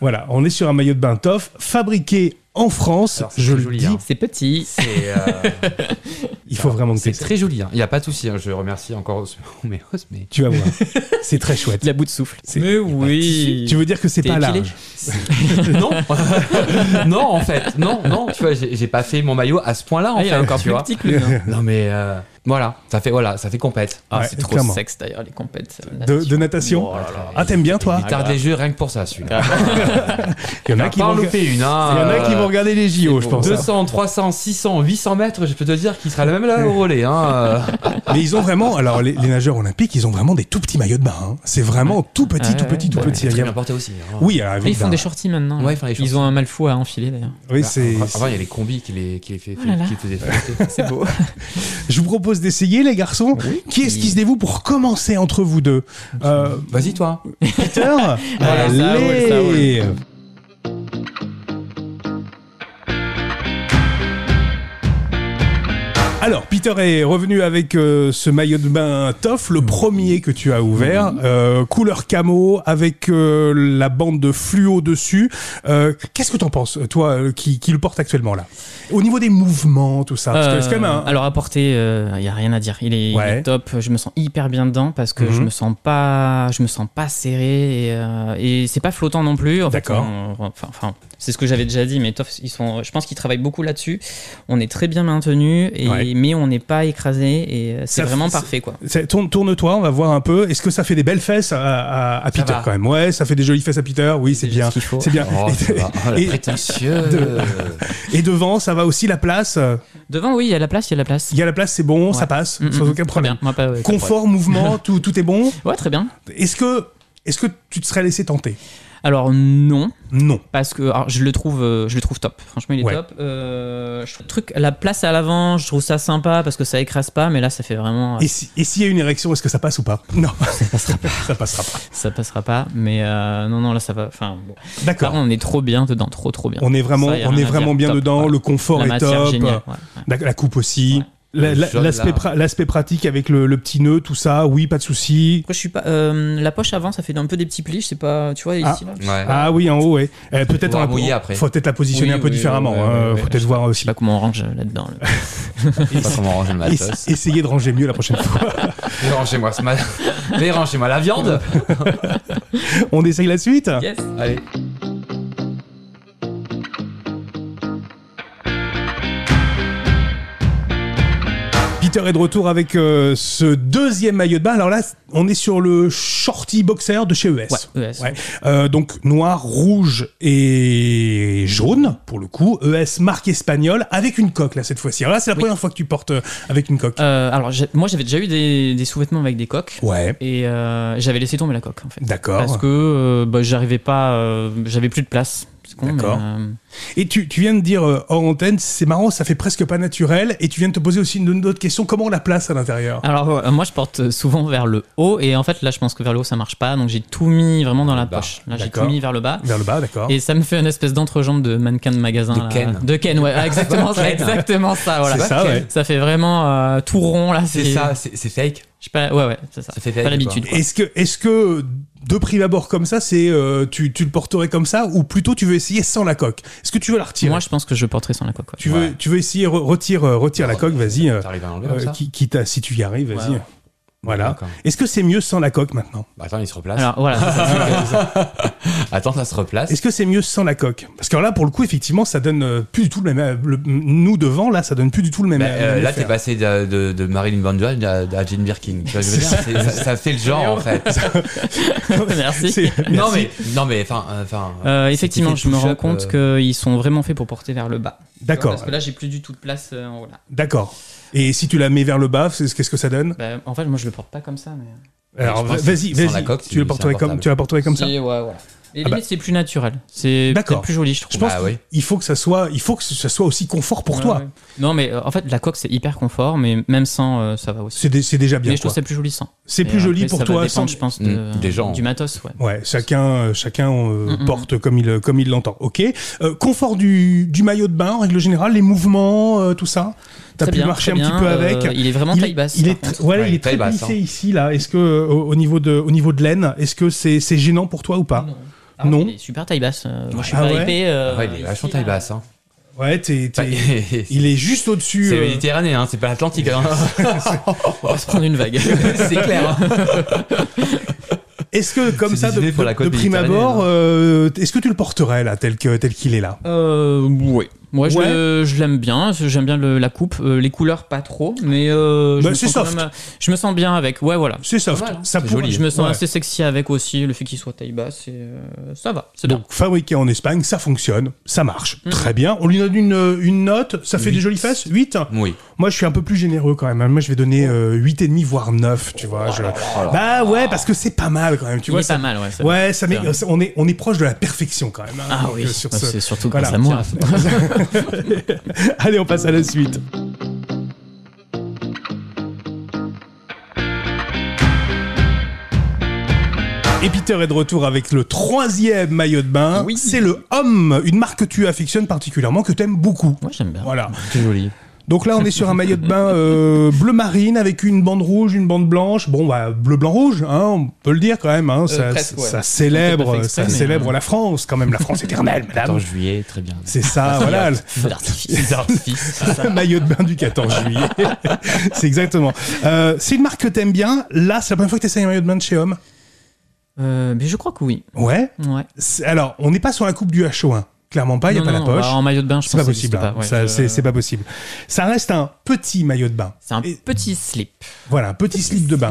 Speaker 1: voilà, on est sur un maillot de bain toff fabriqué en France.
Speaker 3: Alors, c'est
Speaker 1: je
Speaker 3: très
Speaker 1: le
Speaker 3: joli,
Speaker 1: dis,
Speaker 3: hein.
Speaker 2: C'est petit.
Speaker 3: C'est euh,
Speaker 1: il faut vraiment que
Speaker 3: c'est
Speaker 1: tu
Speaker 3: très joli. hein. Il n'y a pas de souci. hein. Je remercie encore Homéos, mais
Speaker 1: Tu vas voir. c'est très chouette.
Speaker 2: Il a bout de souffle.
Speaker 1: C'est-
Speaker 2: Mais oui.
Speaker 1: Tu veux dire que c'est
Speaker 2: T'es
Speaker 1: pas
Speaker 2: épilé
Speaker 1: large
Speaker 3: non, non en fait, non, non. Tu vois, j'ai j'ai pas fait mon maillot à ce point-là en
Speaker 2: Ah, il
Speaker 3: fait.
Speaker 2: est encore
Speaker 3: tu
Speaker 2: plus
Speaker 3: vois.
Speaker 2: petit que le mien.
Speaker 3: Non mais euh, voilà, ça fait voilà, ça fait compète.
Speaker 2: Ah,
Speaker 1: Ouais,
Speaker 2: c'est trop
Speaker 1: clairement.
Speaker 2: sexe d'ailleurs, les compètes. la
Speaker 1: de,
Speaker 2: natation.
Speaker 1: de natation
Speaker 2: Oh là là.
Speaker 1: Ah, t'aimes bien toi
Speaker 3: Il tarde les jeux rien que pour ça celui-là.
Speaker 1: Il y en
Speaker 3: On
Speaker 1: a
Speaker 3: a
Speaker 1: qui
Speaker 3: pas en
Speaker 1: vont.
Speaker 3: loupé une. hein, euh,
Speaker 1: Il y en a qui vont vous regardez les JO, je pense. hein.
Speaker 3: 200, 300, 600, 800 mètres, je peux te dire qu'il sera la même là au relais. Hein. euh.
Speaker 1: Mais ils ont vraiment, alors les, les nageurs olympiques, ils ont vraiment des tout petits maillots de bain. hein. C'est vraiment tout petit,
Speaker 2: Ouais,
Speaker 1: tout petit,
Speaker 2: ouais,
Speaker 1: tout
Speaker 2: ouais.
Speaker 1: petit.
Speaker 3: Très
Speaker 1: Il y a-
Speaker 3: bien porté aussi. hein.
Speaker 1: Oui, alors,
Speaker 2: Ils font
Speaker 1: ben,
Speaker 2: des shorties maintenant.
Speaker 3: Ouais, ils font des shorties.
Speaker 2: Ils ont un malfou à enfiler d'ailleurs.
Speaker 1: Oui, c'est.
Speaker 3: Avant, avant, Bah, il y a les combis qui les, qui les, fait-
Speaker 2: Oh là là.
Speaker 3: qui les faisaient flotter.
Speaker 2: C'est beau.
Speaker 1: Je vous propose d'essayer, les garçons. Qui est-ce qui se dévoue pour commencer entre vous deux Euh,
Speaker 3: Vas-y, toi.
Speaker 1: Peter
Speaker 2: ça roule, ça
Speaker 1: Allez. Alors, Peter est revenu avec euh, ce maillot de bain Toff, le premier que tu as ouvert,
Speaker 2: Mhm.
Speaker 1: euh, couleur camo, avec euh, la bande de fluo dessus. Euh, Qu'est-ce que t'en penses, toi, euh, qui, qui le porte actuellement là Au niveau des mouvements, tout ça, Ah, parce que c'est quand même un-
Speaker 2: Euh, Alors à porter, il y a rien à dire. Il est, il
Speaker 1: Ouais.
Speaker 2: est top. Je me sens hyper bien dedans parce que
Speaker 1: Mhm.
Speaker 2: je me sens pas, je me sens pas serré et, euh, et c'est pas flottant non plus. En fait,
Speaker 1: D'accord.
Speaker 2: on- Enfin, enfin, c'est ce que j'avais déjà dit, mais Toff, ils sont. Je pense qu'ils travaillent beaucoup là-dessus. On est très bien maintenu et
Speaker 1: Ouais.
Speaker 2: mais on n'est pas écrasé et euh, c'est
Speaker 1: Ça,
Speaker 2: vraiment
Speaker 1: c'est-
Speaker 2: parfait quoi.
Speaker 1: C'est- tourne- Tourne-toi, on va voir un peu. Est-ce que ça fait des belles fesses à, à- à Peter
Speaker 3: va.
Speaker 1: quand même Ouais, ça fait des jolies fesses à Peter. Oui, c'est
Speaker 2: déjà
Speaker 1: bien.
Speaker 2: ce qu'il faut.
Speaker 1: C'est bien.
Speaker 3: Oh, ça
Speaker 1: Et-
Speaker 3: va. Oh, la
Speaker 1: et-
Speaker 3: prétentieuse.
Speaker 1: de- et, devant, ça va aussi la place.
Speaker 2: Devant, oui, il y a la place, il y a la place.
Speaker 1: Il y a la place, c'est bon, ça passe,
Speaker 2: Mm,
Speaker 1: sans
Speaker 2: mm,
Speaker 1: aucun
Speaker 2: Très
Speaker 1: problème.
Speaker 2: bien. Moi, pas- ouais, pas de problème.
Speaker 1: Confort, mouvement, tout, tout est bon.
Speaker 2: Ouais, très bien.
Speaker 1: Est-ce que, est-ce que tu te serais laissé tenter
Speaker 2: Alors non.
Speaker 1: Non.
Speaker 2: parce que alors, je le trouve euh, je le trouve top franchement il est
Speaker 1: Ouais.
Speaker 2: top Euh, je trouve le truc la place à l'avant je trouve ça sympa parce que ça écrase pas mais là ça fait vraiment euh,
Speaker 1: Et si- et s'il y a une érection, est-ce que ça passe ou pas Non, ça passera pas. ça passera pas.
Speaker 2: ça passera pas mais euh, non non là ça va enfin bon. Par
Speaker 1: D'accord.
Speaker 2: contre, on est trop bien dedans trop trop bien
Speaker 1: On est vraiment,
Speaker 2: Ça, y a
Speaker 1: on
Speaker 2: rien
Speaker 1: est
Speaker 2: à dire.
Speaker 1: vraiment bien
Speaker 2: Top,
Speaker 1: dedans.
Speaker 2: ouais.
Speaker 1: Le confort
Speaker 2: la
Speaker 1: est
Speaker 2: matière
Speaker 1: top.
Speaker 2: géniale ouais, ouais.
Speaker 1: La, la coupe aussi.
Speaker 2: Ouais.
Speaker 1: La- la-
Speaker 3: Le jaune,
Speaker 1: L'aspect
Speaker 3: là.
Speaker 1: pra- l'aspect pratique avec le, le petit nœud, tout ça. Oui, pas de souci.
Speaker 2: Après, je suis pas euh, la poche avant ça fait un peu des petits plis je sais pas tu vois ici là
Speaker 3: Ouais.
Speaker 1: Ah oui, en haut, ouais. Euh, peut-être
Speaker 3: Faut
Speaker 1: on
Speaker 3: la
Speaker 1: la-
Speaker 3: mouiller après.
Speaker 1: Faut peut-être la positionner
Speaker 3: Oui,
Speaker 1: un peu
Speaker 3: oui,
Speaker 1: différemment.
Speaker 3: ouais, ouais,
Speaker 1: hein.
Speaker 3: ouais,
Speaker 1: faut peut-être voir
Speaker 2: je sais
Speaker 1: aussi.
Speaker 2: pas comment on range euh, là dedans là.
Speaker 3: Je sais pas comment ranger le matos.
Speaker 1: Ess- Essayez de ranger mieux la prochaine fois.
Speaker 3: Mais Rangez-moi ce mal. Mais rangez-moi la viande.
Speaker 1: On essaye la suite
Speaker 2: Yes.
Speaker 3: Allez.
Speaker 1: Peter est de retour avec euh, ce deuxième maillot de bain. Alors là, on est sur le shorty boxer de chez ES.
Speaker 2: Ouais, E ES.
Speaker 1: Ouais. Euh, donc noir, rouge et jaune, pour le coup. ES marque espagnole avec une coque, là, cette fois-ci. Alors là, c'est la
Speaker 2: Oui.
Speaker 1: première fois que tu portes euh, avec une coque.
Speaker 2: Euh, alors j'ai- moi j'avais déjà eu des, des sous-vêtements avec des coques
Speaker 3: Ah.
Speaker 1: Ouais,
Speaker 2: et euh, j'avais laissé tomber la coque en fait Parce
Speaker 1: d'accord.
Speaker 2: que euh, bah, j'arrivais pas, euh, j'avais plus de place. C'est con, mais,
Speaker 1: D'accord.
Speaker 2: euh,
Speaker 1: Et tu, tu viens de dire euh, hors antenne, c'est marrant, ça fait presque pas naturel. Et tu viens de te poser aussi une, autre question comment on la place à l'intérieur
Speaker 3: Ah.
Speaker 2: alors euh, moi, je porte souvent vers le haut et en fait là, je pense que vers le haut ça marche pas, donc j'ai tout mis vraiment dans la
Speaker 3: Bas.
Speaker 2: poche. Là, j'ai
Speaker 1: D'accord.
Speaker 2: tout mis vers le bas.
Speaker 1: Vers le bas, d'accord.
Speaker 2: Et ça me fait une espèce d'entrejambe de mannequin de magasin.
Speaker 3: De
Speaker 2: là.
Speaker 3: Ken.
Speaker 2: De Ken, ouais, ah, exactement ça. Exactement ça, voilà.
Speaker 1: C'est ça,
Speaker 2: Ken.
Speaker 1: ouais.
Speaker 2: fait vraiment euh, tout rond, là.
Speaker 3: C'est ça, c'est c'est fake.
Speaker 2: Je sais pas, ouais, ouais, c'est ça.
Speaker 3: Ça fait
Speaker 2: pas
Speaker 3: vague,
Speaker 2: l'habitude. quoi.
Speaker 1: Est-ce que, est-ce que de prime abord comme ça, c'est euh, tu, tu le porterais comme ça ou plutôt tu veux essayer sans la coque Est-ce que tu veux la retirer
Speaker 2: Moi, je pense que je porterai sans la coque. ouais.
Speaker 1: tu, veux, tu veux essayer, re- retire, euh, retire la coque, vas-y. euh,
Speaker 3: T'arrives à l'enlever comme
Speaker 1: euh,
Speaker 3: Oh, ça
Speaker 1: qui- quitte à, si tu y arrives, vas-y.
Speaker 2: Ouais.
Speaker 1: Voilà.
Speaker 3: D'accord.
Speaker 1: Est-ce que c'est mieux sans la coque maintenant
Speaker 3: Bah, attends, il se replace.
Speaker 2: Alors voilà, c'est ça.
Speaker 3: Attends, ça se replace.
Speaker 1: Est-ce que c'est mieux sans la coque Parce que alors là, pour le coup, effectivement, ça donne euh, plus du tout le même. le- nous devant, là, ça donne plus du tout le même.
Speaker 3: Bah,
Speaker 1: le
Speaker 3: euh,
Speaker 1: même
Speaker 3: là,
Speaker 1: effet. hein.
Speaker 3: t'es passé de, de- de Marilyn Monroe à, à Jane Birkin. Tu vois ce que je veux dire C'est- ça, ça fait le genre, en fait.
Speaker 2: merci.
Speaker 1: C'est-
Speaker 3: non, mais, non, mais, enfin, euh, enfin.
Speaker 2: Euh,
Speaker 3: c'est qui
Speaker 2: effectivement,
Speaker 3: fait le
Speaker 2: je me
Speaker 3: push-up,
Speaker 2: rends compte qu'ils sont vraiment faits pour porter vers le bas.
Speaker 1: D'accord,
Speaker 2: Parce que là, j'ai plus du tout de place euh, en haut. là.
Speaker 1: d'accord. Et si tu la mets vers le bas, c'est- qu'est-ce que ça donne
Speaker 2: Bah, en fait, moi, je le porte pas comme ça. Mais... euh,
Speaker 1: Alors,
Speaker 3: je pense que
Speaker 1: vas-y,
Speaker 3: sans
Speaker 1: vas-y.
Speaker 3: la coque,
Speaker 1: Tu, le
Speaker 3: c'est
Speaker 1: porterais comme,
Speaker 3: insupportable.
Speaker 1: tu la porterais comme ça
Speaker 2: Et ouais, voilà. Et
Speaker 1: Ah
Speaker 2: limite, c'est plus naturel. C'est
Speaker 1: D'accord.
Speaker 2: peut-être plus joli, je trouve.
Speaker 1: Je pense
Speaker 3: Bah
Speaker 1: qu'il
Speaker 3: oui.
Speaker 1: il faut que ça soit, il faut que ça soit aussi confort pour
Speaker 2: Ouais,
Speaker 1: toi.
Speaker 2: ouais. Non, mais euh, en fait, la coque, c'est hyper confort, mais même sans, euh, ça va aussi.
Speaker 1: C'est dé- c'est déjà bien.
Speaker 2: mais je trouve
Speaker 1: quoi.
Speaker 2: que c'est plus joli sans.
Speaker 1: C'est
Speaker 2: Et
Speaker 1: plus
Speaker 2: après,
Speaker 1: joli pour
Speaker 2: ça
Speaker 1: toi.
Speaker 2: Va dépendre,
Speaker 1: sans-
Speaker 2: je pense, de-
Speaker 3: Mm, des gens.
Speaker 2: du matos, ouais.
Speaker 1: Ouais, chacun, euh, chacun euh,
Speaker 2: Mm, mm.
Speaker 1: porte comme il, comme il l'entend. Ok. Euh, confort du, du maillot de bain en règle générale, les mouvements, euh, tout ça. T'as
Speaker 2: Très
Speaker 1: pu
Speaker 2: bien,
Speaker 1: marcher un
Speaker 2: très
Speaker 1: petit
Speaker 2: bien.
Speaker 1: peu
Speaker 2: Euh,
Speaker 1: avec.
Speaker 2: il est vraiment
Speaker 1: il
Speaker 2: taille basse. Ah,
Speaker 1: il
Speaker 2: par
Speaker 1: est,
Speaker 2: contre.
Speaker 1: tr- voilà,
Speaker 3: Ouais,
Speaker 1: il est très
Speaker 3: taille basse, hein.
Speaker 1: plissé ici là. Est-ce que euh, au, au niveau de au niveau de l'aine, est-ce que c'est c'est gênant pour toi ou pas
Speaker 2: Non.
Speaker 1: Ah, Non.
Speaker 2: Il est super taille basse. euh, Moi, je suis
Speaker 1: Ah
Speaker 2: pas
Speaker 1: ouais
Speaker 2: épais. euh,
Speaker 3: Ouais, il est
Speaker 2: ici,
Speaker 3: vachement taille
Speaker 2: là.
Speaker 3: basse. Hein.
Speaker 1: Ouais, t'es- t'es-
Speaker 3: Enfin, C'est
Speaker 1: il est juste au-dessus.
Speaker 3: c'est
Speaker 1: euh,
Speaker 3: méditerranéen, hein, c'est pas l'Atlantique. hein.
Speaker 2: On va se prendre une vague.
Speaker 3: c'est clair.
Speaker 1: Est-ce que comme
Speaker 3: C'est
Speaker 1: ça, de,
Speaker 3: dessiné pour
Speaker 1: de-
Speaker 3: la côte
Speaker 1: de prime
Speaker 3: méditerranéenne,
Speaker 1: abord,
Speaker 3: hein.
Speaker 1: euh, est-ce que tu le porterais là, tel que tel qu'il est là
Speaker 2: Euh, oui. Moi, je,
Speaker 1: Ouais.
Speaker 2: le- je l'aime bien. Je- J'aime bien le- la coupe. Euh, les couleurs, pas trop. Mais euh, je,
Speaker 1: Bah,
Speaker 2: me
Speaker 1: c'est
Speaker 2: sens quand
Speaker 1: soft.
Speaker 2: même- je me sens bien avec. Ouais, voilà.
Speaker 1: C'est soft.
Speaker 3: Pas mal, hein.
Speaker 1: ça
Speaker 3: C'est
Speaker 1: pourrait-
Speaker 3: joli.
Speaker 2: Je me sens
Speaker 1: Ouais.
Speaker 2: assez sexy avec aussi. Le fait qu'il soit taille basse, et, euh, ça va. C'est bien.
Speaker 1: Donc fabriqué en Espagne, ça fonctionne, ça marche.
Speaker 2: Mm.
Speaker 1: Très bien. On lui donne une, euh, une note, ça fait des
Speaker 4: Huit.
Speaker 1: jolies faces 8
Speaker 3: Mm.
Speaker 4: Oui.
Speaker 1: Moi je suis un peu plus généreux quand même. Moi je vais donner euh, 8,5 voire 9, tu vois. je-
Speaker 3: Oh
Speaker 1: Bah ouais, parce que c'est pas mal quand même, tu
Speaker 2: Il
Speaker 1: vois.
Speaker 2: est
Speaker 1: ça-
Speaker 2: pas mal, ouais. ça-
Speaker 1: Ouais, ça met-
Speaker 2: C'est
Speaker 1: on, est, on est proche de la perfection quand même. hein.
Speaker 2: Ah
Speaker 1: Donc,
Speaker 2: oui,
Speaker 1: euh, sur
Speaker 2: bah,
Speaker 1: ce-
Speaker 2: c'est surtout
Speaker 1: Voilà.
Speaker 2: grâce à moi.
Speaker 1: Allez, on passe à la suite. Et Peter est de retour avec le troisième maillot de bain.
Speaker 2: Oui.
Speaker 1: C'est le Homme, une marque que tu affectionnes particulièrement, que t'aimes beaucoup.
Speaker 2: Moi, j'aime bien.
Speaker 1: Voilà.
Speaker 3: C'est joli.
Speaker 1: Donc là, on est sur un maillot de bain euh, bleu marine avec une bande rouge, une bande blanche. Bon, bah, bleu, blanc, rouge, hein, on peut le dire quand même. hein. ça,
Speaker 2: Euh, presque, ouais.
Speaker 1: ça
Speaker 2: On fait
Speaker 1: célèbre,
Speaker 2: pas exprès,
Speaker 1: ça
Speaker 2: mais,
Speaker 1: célèbre
Speaker 2: euh,
Speaker 1: la France, quand même, la France éternelle, madame.
Speaker 3: 14 juillet, très bien.
Speaker 1: C'est Ah ça, voilà.
Speaker 2: Feu d'artifice. Feu d'artifice. Ah, c'est ça.
Speaker 1: Le maillot de bain du 14 juillet. c'est exactement. Euh, c'est une marque que t'aimes bien. Là, c'est la première fois que t'essayes un maillot de bain de chez Homme.
Speaker 2: Euh, mais je crois que oui.
Speaker 1: Ouais.
Speaker 2: Ouais.
Speaker 1: C'est- Alors, on n'est pas sur la coupe du HO1. Clairement pas, Ah, il n'y a
Speaker 2: Non,
Speaker 1: pas
Speaker 2: non,
Speaker 1: la poche.
Speaker 2: bah, en maillot de bain, je
Speaker 1: c'est
Speaker 2: pense
Speaker 1: pas
Speaker 2: que ça existe
Speaker 1: possible. hein.
Speaker 2: pas, ouais,
Speaker 1: Ça,
Speaker 2: je-
Speaker 1: c'est, c'est pas possible. Ça reste un petit maillot de bain.
Speaker 2: C'est un
Speaker 1: Et-
Speaker 2: petit slip.
Speaker 1: Voilà, un petit slip de bain.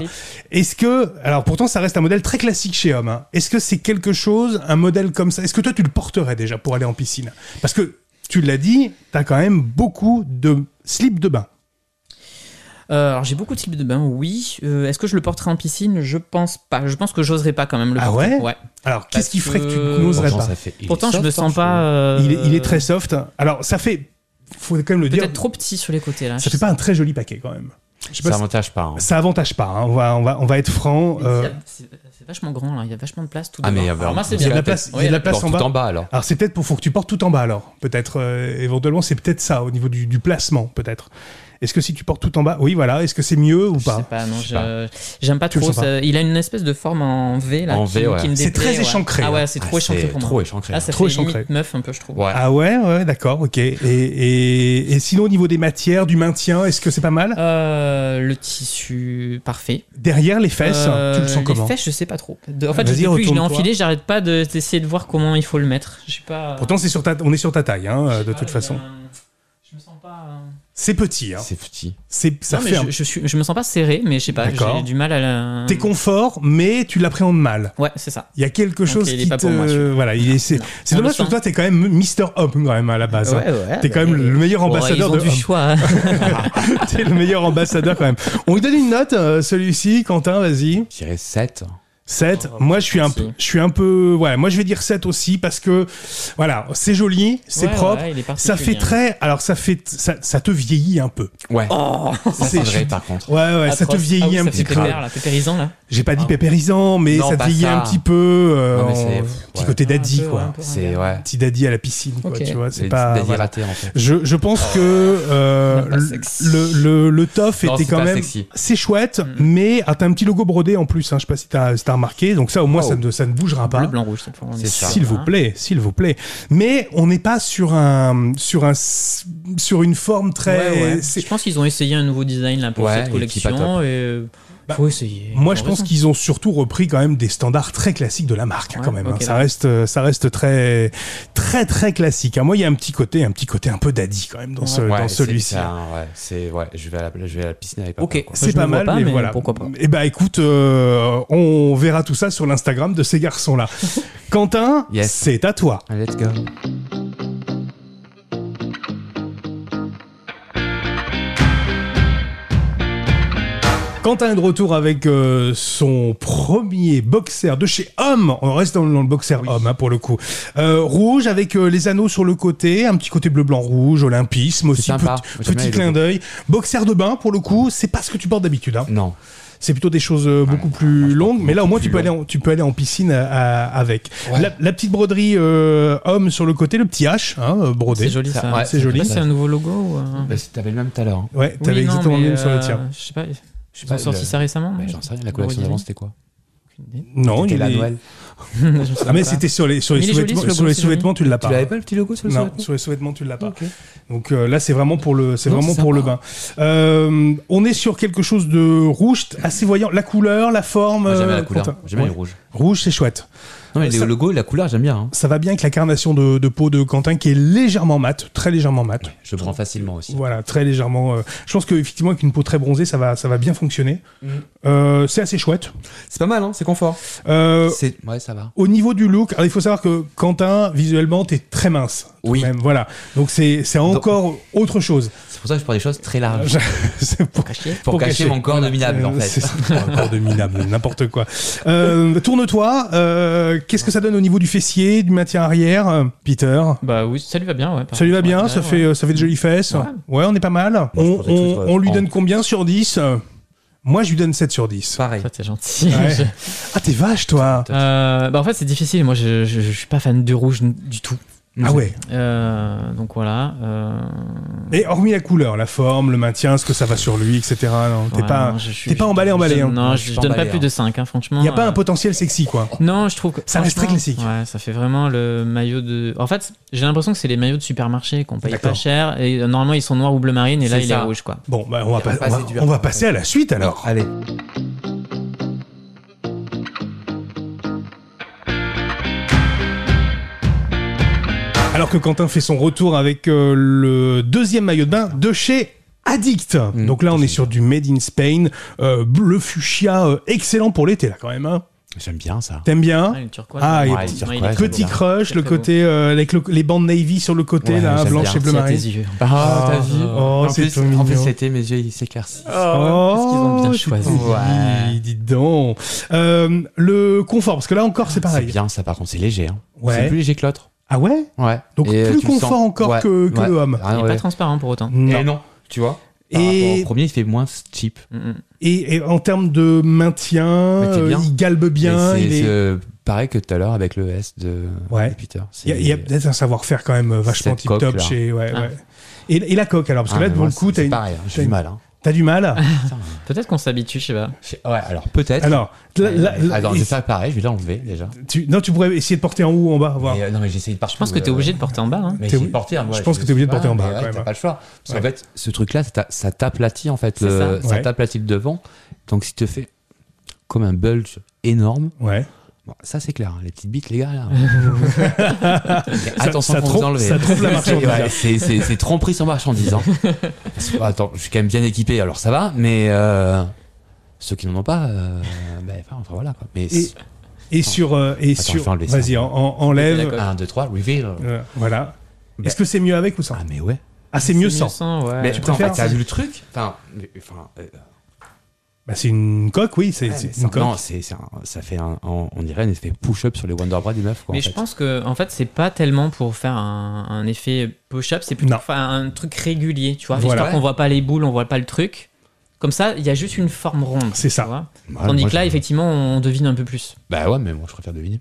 Speaker 1: Est-ce que, alors pourtant, ça reste un modèle très classique chez Homme. hein. Est-ce que c'est quelque chose, un modèle comme ça Est-ce que toi, tu le porterais déjà pour aller en piscine Parce que tu l'as dit, t'as quand même beaucoup de slips de bain.
Speaker 2: Euh, alors j'ai beaucoup de slips de bain, oui. Euh, Est-ce que je le porterai en piscine Je pense pas. Je pense que j'oserais pas quand même le
Speaker 1: Ah
Speaker 2: porter.
Speaker 1: ouais Alors, qu'est-ce
Speaker 2: Parce
Speaker 1: qui ferait que tu
Speaker 2: que-
Speaker 1: n'oserais
Speaker 3: Pourtant,
Speaker 1: pas
Speaker 3: ça fait- il est
Speaker 2: Pourtant je
Speaker 3: soft,
Speaker 2: me
Speaker 3: hein,
Speaker 2: sens
Speaker 3: trouve.
Speaker 2: pas. euh,
Speaker 1: il, est, il est très soft. Alors, ça fait, faut quand même le dire,
Speaker 2: Peut-être trop petit sur les côtés là.
Speaker 1: ça fait pas un très joli paquet quand même. Je sais
Speaker 3: Ça
Speaker 1: pas,
Speaker 3: avantage pas. hein.
Speaker 1: si- ça avantage pas. hein. On va, on va, on va être franc.
Speaker 2: Mais
Speaker 1: euh,
Speaker 2: C'est c'est vachement grand là. Il y a vachement de place tout
Speaker 3: Ah,
Speaker 2: devant.
Speaker 3: mais il y a
Speaker 2: Alors, moi,
Speaker 3: vraiment-
Speaker 2: c'est
Speaker 1: il y a de
Speaker 2: bien.
Speaker 1: la place, il y a
Speaker 2: Ouais,
Speaker 1: de la
Speaker 2: la
Speaker 1: place
Speaker 3: Porte
Speaker 1: en
Speaker 3: tout
Speaker 1: bas.
Speaker 3: en bas alors.
Speaker 1: Alors c'est peut-être pour faut que tu portes tout en bas alors. Peut-être euh, éventuellement c'est peut-être ça au niveau du, du placement peut-être. Est-ce que si tu portes tout en bas, oui voilà, est-ce que c'est mieux ou
Speaker 2: Je sais
Speaker 1: pas
Speaker 2: pas, non,
Speaker 3: Je sais
Speaker 2: je- j'aime pas
Speaker 1: Tu le
Speaker 2: trop.
Speaker 1: sens pas.
Speaker 2: ça- Il a une espèce de forme en V là
Speaker 3: En
Speaker 2: qui,
Speaker 3: V, ouais.
Speaker 2: qui me
Speaker 1: C'est
Speaker 2: déplaît,
Speaker 1: très
Speaker 2: ouais.
Speaker 1: échancré,
Speaker 2: Ah
Speaker 1: hein.
Speaker 2: ouais, c'est
Speaker 3: Ah,
Speaker 2: trop échancré
Speaker 3: c'est
Speaker 2: pour moi.
Speaker 3: Trop échancré. hein.
Speaker 2: Ah, ça
Speaker 1: Trop
Speaker 2: fait limite
Speaker 1: échancré.
Speaker 2: meuf un peu, je trouve.
Speaker 3: Ouais.
Speaker 1: Ah ouais ouais d'accord ok. Et, et, et sinon au niveau des matières, du maintien, est-ce que c'est pas mal
Speaker 2: Euh, le tissu parfait.
Speaker 1: Derrière les fesses, hein,
Speaker 2: Euh,
Speaker 1: tu le sens
Speaker 2: les
Speaker 1: comment
Speaker 2: fesses, je sais pas trop. De- en fait,
Speaker 1: Vas-y,
Speaker 2: depuis que je l'ai
Speaker 1: retourne-toi.
Speaker 2: enfilé, j'arrête pas de- d'essayer de voir comment il faut le mettre. Je sais pas. euh,
Speaker 1: Pourtant c'est sur ta, on est sur ta taille hein,
Speaker 2: je sais
Speaker 1: de
Speaker 2: pas,
Speaker 1: toute
Speaker 2: il y a
Speaker 1: façon.
Speaker 2: un- Je me sens pas. euh,
Speaker 1: C'est petit hein.
Speaker 3: C'est petit.
Speaker 1: C'est ça
Speaker 2: non, mais
Speaker 1: fait. un-
Speaker 2: je, Hmm. je suis- je me sens pas serré, mais je sais pas.
Speaker 1: D'accord.
Speaker 2: J'ai du mal à la.
Speaker 1: T'es confort, mais tu l'appréhendes mal.
Speaker 2: Ouais, c'est ça.
Speaker 1: Il y a quelque chose
Speaker 2: il est
Speaker 1: qui
Speaker 2: pas
Speaker 1: te...
Speaker 2: pour moi, celui-là.
Speaker 1: voilà, il est- c'est
Speaker 2: Non.
Speaker 1: c'est
Speaker 2: On le
Speaker 1: dommage parce
Speaker 2: sent.
Speaker 1: que toi t'es quand même Mister Homme quand même à la base. hein.
Speaker 2: ouais.
Speaker 1: T'es quand même le meilleur ambassadeur
Speaker 2: ils ont
Speaker 1: de
Speaker 2: du
Speaker 1: Homme.
Speaker 2: choix.
Speaker 1: T'es le meilleur ambassadeur quand même. On lui donne une note, euh, celui-ci, Quentin, vas-y.
Speaker 3: J'irais 7.
Speaker 1: 7.
Speaker 2: Oh,
Speaker 1: moi, je suis un
Speaker 2: merci.
Speaker 1: peu, je suis un peu, ouais, moi je vais dire 7 aussi parce que, voilà, c'est joli, c'est
Speaker 2: Ouais,
Speaker 1: propre.
Speaker 2: ouais, il est
Speaker 1: ça fait
Speaker 2: particulier.
Speaker 1: très, alors ça fait, ça, ça te vieillit un peu.
Speaker 3: Ouais.
Speaker 2: Oh,
Speaker 3: Ça, c'est
Speaker 1: c'est-
Speaker 3: vrai par contre.
Speaker 1: Ouais, ouais, ça te
Speaker 2: atroce.
Speaker 1: vieillit
Speaker 2: Ah oui,
Speaker 1: un
Speaker 2: ça
Speaker 1: petit
Speaker 2: fait
Speaker 1: peu.
Speaker 2: pépère, là, pépérisant, là.
Speaker 1: J'ai pas dit
Speaker 3: Ah.
Speaker 1: pépérisant, mais
Speaker 3: Non,
Speaker 1: ça te
Speaker 3: pas
Speaker 1: vieillit
Speaker 3: ça.
Speaker 1: un petit peu. euh,
Speaker 3: Non, mais c'est-
Speaker 1: en- Petit
Speaker 3: ouais.
Speaker 1: côté
Speaker 2: Ah, un
Speaker 1: daddy,
Speaker 2: peu, ouais, un
Speaker 1: quoi.
Speaker 2: peu
Speaker 3: C'est
Speaker 2: ringard.
Speaker 3: ouais.
Speaker 1: Petit daddy à la piscine, quoi,
Speaker 2: Ok.
Speaker 1: tu vois.
Speaker 3: C'est
Speaker 1: C'est pas. voilà.
Speaker 3: désiraté en fait.
Speaker 1: Je, je pense que euh,
Speaker 2: pas
Speaker 1: le-
Speaker 2: sexy.
Speaker 1: le, le, le tof
Speaker 3: Non,
Speaker 1: était
Speaker 3: c'est
Speaker 1: quand
Speaker 3: pas
Speaker 1: même
Speaker 3: sexy. Mm.
Speaker 1: c'est chouette, mais ah, t'as un petit logo brodé en plus. Hein, je sais pas si t'as si t'as remarqué, donc ça au moins
Speaker 3: Wow.
Speaker 1: ça, ne, ça ne bougera pas.
Speaker 2: Bleu, blanc, rouge, cette fois. on est
Speaker 3: C'est
Speaker 2: sûr,
Speaker 3: ça.
Speaker 1: S'il vous
Speaker 2: hein.
Speaker 1: plaît, s'il vous plaît. Mais on n'est pas sur un sur un sur une forme très.
Speaker 2: Ouais, ouais.
Speaker 1: c'est-
Speaker 2: Je pense qu'ils ont essayé un nouveau design là, pour
Speaker 3: Ouais,
Speaker 2: cette
Speaker 3: et qui est pas
Speaker 2: collection et euh,
Speaker 1: Bah,
Speaker 2: faut essayer.
Speaker 1: Moi,
Speaker 2: Ils
Speaker 1: je
Speaker 2: ont
Speaker 1: pense
Speaker 2: raison.
Speaker 1: qu'ils ont surtout repris quand même des standards très classiques de la marque, hein,
Speaker 2: Ouais,
Speaker 1: quand même. hein.
Speaker 2: ok,
Speaker 1: Ça reste, euh, ça reste très, très, très classique. hein. Moi, il y a un petit côté, un petit côté un peu daddy quand même dans, ce,
Speaker 3: Ouais,
Speaker 1: euh, dans
Speaker 3: c'est-
Speaker 1: celui-ci.
Speaker 3: c'est un- Ouais, c'est ouais, je vais à la je vais à la piscine avec papa.
Speaker 2: Ok.
Speaker 3: quoi.
Speaker 2: Moi,
Speaker 1: C'est
Speaker 2: je
Speaker 1: pas
Speaker 2: le vois
Speaker 1: mal,
Speaker 2: pas,
Speaker 1: mais,
Speaker 2: mais
Speaker 1: voilà.
Speaker 2: pourquoi pas.
Speaker 1: Eh ben, écoute, euh, on verra tout ça sur l'Instagram de ces garçons-là. Quentin,
Speaker 3: Yes.
Speaker 1: c'est à toi.
Speaker 3: Allez, Let's go.
Speaker 1: Quentin est de retour avec euh, son premier boxer de chez Homme. On reste dans, le- dans le boxer Homme hein, pour le coup. Euh, rouge avec euh, les anneaux sur le côté, un petit côté bleu blanc rouge, olympisme aussi.
Speaker 3: sympa.
Speaker 1: petit- Petit,
Speaker 3: J'aime bien les
Speaker 1: clin
Speaker 3: logos.
Speaker 1: d'œil. Boxer de bain pour le coup, c'est pas ce que tu portes d'habitude. hein.
Speaker 3: Non.
Speaker 1: C'est plutôt des choses euh, beaucoup
Speaker 3: moi,
Speaker 1: plus
Speaker 3: je porte
Speaker 1: longues, mais là au moins
Speaker 3: beaucoup
Speaker 1: tu peux aller
Speaker 3: plus
Speaker 1: en, tu peux aller en piscine à- à- avec.
Speaker 3: Ouais.
Speaker 1: La, la petite broderie euh, Homme sur le côté, le petit H hein, euh, brodé.
Speaker 2: C'est joli ça. Je
Speaker 3: ouais,
Speaker 1: c'est
Speaker 2: sais
Speaker 1: joli.
Speaker 2: pas si C'est un nouveau logo. ou, euh,
Speaker 3: Bah, c'est- T'avais le même tout à l'heure. hein.
Speaker 1: Ouais, t'avais
Speaker 2: oui, non,
Speaker 1: exactement le
Speaker 2: mais,
Speaker 1: même sur le
Speaker 2: euh,
Speaker 1: tien.
Speaker 2: Je sais pas. Ils
Speaker 3: Ouais,
Speaker 2: ont sorti
Speaker 3: le-
Speaker 2: ça récemment.
Speaker 3: Ouais,
Speaker 2: mais
Speaker 3: Bah, J'en sais rien, la
Speaker 2: le
Speaker 3: collection
Speaker 2: design.
Speaker 3: d'avant c'était quoi
Speaker 2: Aucune
Speaker 1: Non,
Speaker 3: C'était
Speaker 1: il
Speaker 3: la
Speaker 1: est.
Speaker 3: Noël.
Speaker 2: idée. Je sais
Speaker 1: Ah mais
Speaker 2: pas.
Speaker 1: c'était sur les sur les
Speaker 2: Mais il est joli,
Speaker 1: sous-vêtements.
Speaker 2: ce logo,
Speaker 1: Sur les
Speaker 2: c'est joli.
Speaker 1: sous-vêtements, tu l'as pas.
Speaker 3: Tu l'avais pas le petit logo sur le
Speaker 1: Non,
Speaker 3: sous-vêtement
Speaker 1: sur les sous-vêtements, tu l'as pas.
Speaker 3: Ok.
Speaker 1: Donc euh, là, c'est vraiment pour le, c'est
Speaker 3: Non,
Speaker 1: vraiment
Speaker 3: c'est
Speaker 1: pour le
Speaker 3: sympa.
Speaker 1: bain. Euh, on est sur quelque chose de rouge, t- assez voyant. La couleur, la forme.
Speaker 3: Moi, J'aimais
Speaker 1: euh,
Speaker 2: Ah,
Speaker 3: la couleur.
Speaker 1: Quentin.
Speaker 3: J'aimais
Speaker 1: Ouais.
Speaker 3: le rouge.
Speaker 1: Rouge, c'est chouette.
Speaker 3: Non, mais
Speaker 1: Ça-
Speaker 3: le logo, la couleur, j'aime bien. hein.
Speaker 1: Ça va bien avec la carnation de, de peau de Quentin qui est légèrement mate, très légèrement mate.
Speaker 3: Je prends facilement aussi.
Speaker 1: Voilà, très légèrement. euh, je pense qu'effectivement, avec une peau très bronzée, ça va, ça va bien fonctionner.
Speaker 3: Mm.
Speaker 1: Euh, c'est assez chouette.
Speaker 4: C'est pas mal, hein, c'est confort.
Speaker 1: Euh,
Speaker 3: C'est- Ouais, ça va.
Speaker 1: au niveau du look, alors il faut savoir que Quentin, visuellement, t'es très mince. tout de
Speaker 3: Oui.
Speaker 1: Même, voilà. Donc c'est c'est encore autre chose.
Speaker 3: C'est pour ça que je prends des choses très larges.
Speaker 1: C'est pour-
Speaker 2: Caché.
Speaker 3: Pour,
Speaker 1: pour
Speaker 3: cacher,
Speaker 1: cacher.
Speaker 3: mon corps dominable, en
Speaker 1: Euh, c'est
Speaker 3: fait.
Speaker 1: ça, un corps de minable, n'importe quoi. Euh, Tourne-toi. euh, Qu'est-ce que ça donne au niveau du fessier, du maintien arrière, euh, Peter
Speaker 2: Bah oui, ça lui va bien, ouais. par
Speaker 1: ça lui va
Speaker 2: contre,
Speaker 1: bien,
Speaker 2: ouais,
Speaker 1: ça,
Speaker 2: ouais.
Speaker 1: fait, euh, ça fait de jolies fesses. Ouais,
Speaker 2: Ouais.
Speaker 1: on est pas mal.
Speaker 4: je
Speaker 1: on,
Speaker 4: pensais que ce
Speaker 1: on-
Speaker 4: soit
Speaker 1: on lui
Speaker 4: en-
Speaker 1: donne combien sur 10 Euh, Moi, je lui donne 7 sur 10.
Speaker 4: Pareil.
Speaker 2: Ça, t'es gentil.
Speaker 1: Ouais.
Speaker 2: Je-
Speaker 1: Ah, t'es vache, toi
Speaker 2: Euh, bah en fait, c'est difficile. Moi, je, je, je suis pas fan de rouge n- du tout.
Speaker 1: Ah ouais.
Speaker 2: Euh, donc voilà. euh,
Speaker 1: Et hormis la couleur, la forme, le maintien, ce que ça va sur lui, etc. Non, t'es
Speaker 2: ouais,
Speaker 1: pas...
Speaker 2: non, je suis-
Speaker 1: t'es pas
Speaker 2: je-
Speaker 1: emballé,
Speaker 2: je-
Speaker 1: emballé, hein.
Speaker 2: Non,
Speaker 3: Non, je
Speaker 2: je,
Speaker 3: suis
Speaker 2: je
Speaker 3: pas
Speaker 2: donne pas
Speaker 3: emballé,
Speaker 2: plus de 5, hein, franchement.
Speaker 1: Il n'y a pas
Speaker 2: euh,
Speaker 1: un potentiel sexy, quoi.
Speaker 2: Non, je trouve que.
Speaker 1: Ça reste très
Speaker 2: franchement,
Speaker 1: classique.
Speaker 2: Ouais, ça fait vraiment le maillot de. En fait, j'ai l'impression que c'est les maillots de supermarché qu'on paye
Speaker 1: D'accord.
Speaker 2: pas cher. Et euh, normalement, ils sont noirs ou bleu marine, et là,
Speaker 3: C'est
Speaker 2: il est
Speaker 3: ça.
Speaker 2: rouge, quoi.
Speaker 1: Bon, bah, on va,
Speaker 3: Il va
Speaker 1: pas- on
Speaker 3: passer
Speaker 1: va-
Speaker 3: du
Speaker 1: on va
Speaker 3: vert.
Speaker 1: passer à la suite, alors.
Speaker 4: Allez.
Speaker 1: Alors que Quentin fait son retour avec euh, le deuxième maillot de bain de chez... Addict.
Speaker 2: Mm.
Speaker 4: Mmh,
Speaker 1: Donc là, on est
Speaker 4: c'est
Speaker 1: sur du made in Spain, euh, bleu fuchsia, euh, excellent pour l'été là quand même. hein.
Speaker 3: J'aime bien ça.
Speaker 1: T'aimes bien
Speaker 2: Ah, il est turquoise.
Speaker 1: Ah, il est
Speaker 2: Ouais,
Speaker 3: petit
Speaker 2: il est
Speaker 3: turquoise,
Speaker 2: très
Speaker 1: Petit
Speaker 2: beau.
Speaker 1: crush,
Speaker 2: C'est
Speaker 1: le
Speaker 2: très beau.
Speaker 1: côté euh, avec le- les bandes navy sur le côté
Speaker 3: Ouais,
Speaker 1: là,
Speaker 3: j'aime
Speaker 1: blanche
Speaker 3: bien.
Speaker 1: et bleu
Speaker 2: C'est à tes
Speaker 1: marine.
Speaker 2: yeux.
Speaker 1: Ah,
Speaker 3: Ah,
Speaker 1: t'as
Speaker 3: t'as
Speaker 1: vu
Speaker 3: vu
Speaker 1: Oh,
Speaker 3: en,
Speaker 1: c'est
Speaker 3: plus,
Speaker 1: tout
Speaker 3: en plus,
Speaker 1: mignon.
Speaker 3: c'était mes yeux, ils s'éclaircissent.
Speaker 2: parce qu'ils ont bien
Speaker 1: Oh,
Speaker 2: choisi.
Speaker 1: c'est joli, Dis donc. Euh, le confort, parce que là encore c'est
Speaker 3: C'est
Speaker 1: pareil.
Speaker 3: bien ça, par contre, c'est léger. hein.
Speaker 1: Ouais.
Speaker 3: C'est plus léger que l'autre.
Speaker 1: Ah ouais
Speaker 3: Ouais.
Speaker 1: Donc
Speaker 3: euh,
Speaker 1: plus
Speaker 3: tu le sens.
Speaker 1: confort encore
Speaker 3: Ouais,
Speaker 1: que- que
Speaker 3: ouais.
Speaker 1: le homme.
Speaker 3: Ah,
Speaker 2: Il est
Speaker 3: ouais.
Speaker 2: pas transparent pour autant.
Speaker 1: Non.
Speaker 3: Eh non, tu vois. Et
Speaker 1: Et,
Speaker 3: au premier, il fait moins cheap.
Speaker 2: Mm, mm.
Speaker 1: et, et en termes de maintien,
Speaker 3: Mais t'es
Speaker 1: euh,
Speaker 3: bien.
Speaker 1: il galbe bien.
Speaker 3: Mais c'est
Speaker 1: Il est...
Speaker 3: c'est pareil que tout à l'heure avec le S de,
Speaker 1: Ouais.
Speaker 3: de Peter. C'est-
Speaker 1: Il y a, il y a peut-être un savoir-faire quand même euh, vachement
Speaker 3: Cette
Speaker 1: tip top
Speaker 3: coque, là.
Speaker 1: chez. Ouais,
Speaker 2: Ah.
Speaker 1: ouais. Et, et la coque alors, parce que
Speaker 3: Ah,
Speaker 1: là
Speaker 3: mais
Speaker 1: pour
Speaker 3: moi,
Speaker 1: le coup
Speaker 3: c'est-
Speaker 1: t'as
Speaker 3: c'est
Speaker 1: une-
Speaker 3: pareil, hein, j'ai
Speaker 1: une-
Speaker 3: du mal. hein.
Speaker 1: t'as du mal.
Speaker 3: Putain.
Speaker 2: Peut-être qu'on s'habitue, je sais pas.
Speaker 3: Je- Ouais, alors peut-être.
Speaker 1: Alors, là-
Speaker 3: Euh,
Speaker 1: là- là-
Speaker 3: Attends, c'est ça pareil, je vais l'enlever déjà.
Speaker 1: tu, non, tu pourrais essayer de porter en haut ou en bas, voir.
Speaker 3: Mais, euh, non, mais j'essaye de partout. euh,
Speaker 2: Je pense que t'es obligé de porter en bas. hein.
Speaker 3: Mais
Speaker 1: T'es
Speaker 3: j'ai
Speaker 1: obligé-
Speaker 3: porté, hein, moi,
Speaker 1: je pense que t'es obligé de porter en bas,
Speaker 3: mais ouais,
Speaker 1: quand même,
Speaker 3: t'as
Speaker 1: hein.
Speaker 3: pas le choix.
Speaker 1: Ouais.
Speaker 3: Parce qu'en fait, ce truc-là, ça t'a- ça t'aplatit en fait.
Speaker 2: C'est
Speaker 3: le-
Speaker 1: ça.
Speaker 3: Ça
Speaker 1: Ouais.
Speaker 3: t'aplatit le devant. Donc si tu fais comme un bulge énorme,
Speaker 1: Ouais.
Speaker 3: bon, ça c'est clair. hein, Les petites bites, les gars. Là. Mais
Speaker 1: Ça-
Speaker 3: attention
Speaker 1: ça
Speaker 3: pour
Speaker 1: trompe-
Speaker 3: vous enlever.
Speaker 1: ça trompe la marchandise, hein.
Speaker 3: Ouais, c'est- c'est c'est tromperie sans marchandise. hein. Parce que, Attends, je suis quand même bien équipé, alors ça va. Mais euh, ceux qui n'en ont pas, euh, ben, enfin, enfin, voilà. Quoi. Mais
Speaker 1: Et- Et sur. euh, et
Speaker 3: Attends, je
Speaker 1: sur
Speaker 3: vais enlever ça.
Speaker 1: vas-y, en- en- enlève.
Speaker 2: La coque.
Speaker 3: 1, 2, 3, reveal.
Speaker 1: Euh, voilà.
Speaker 3: Ben.
Speaker 1: Est-ce que c'est mieux avec ou sans
Speaker 3: Ah mais ouais.
Speaker 1: Ah, c'est mieux sans.
Speaker 2: sans. ouais.
Speaker 3: Mais
Speaker 1: tu
Speaker 3: tu préfères
Speaker 1: préfères-
Speaker 3: T'as vu le truc Enfin, mais- enfin, euh,
Speaker 1: Bah, c'est une coque, oui, c'est
Speaker 3: ouais,
Speaker 1: c'est
Speaker 3: mais
Speaker 1: une
Speaker 3: ça-
Speaker 1: coque.
Speaker 3: non, c'est c'est un- ça fait un, on, on dirait un effet push-up sur les Wonder Bra des meufs. Quoi,
Speaker 2: Mais
Speaker 3: en
Speaker 2: je
Speaker 3: fait.
Speaker 2: pense que en fait c'est pas tellement pour faire un, un effet push-up, c'est plutôt
Speaker 1: Non.
Speaker 2: pour faire un truc régulier, tu vois,
Speaker 1: Voilà.
Speaker 2: histoire qu'on voit pas les boules, on voit pas le truc. Comme ça, il y a juste une forme ronde.
Speaker 1: C'est
Speaker 2: tu
Speaker 1: ça. Ah,
Speaker 2: vois.
Speaker 3: Voilà,
Speaker 2: Tandis
Speaker 3: moi,
Speaker 2: que là,
Speaker 3: je-
Speaker 2: effectivement, on devine un peu plus.
Speaker 3: Bah ouais, mais moi je préfère deviner.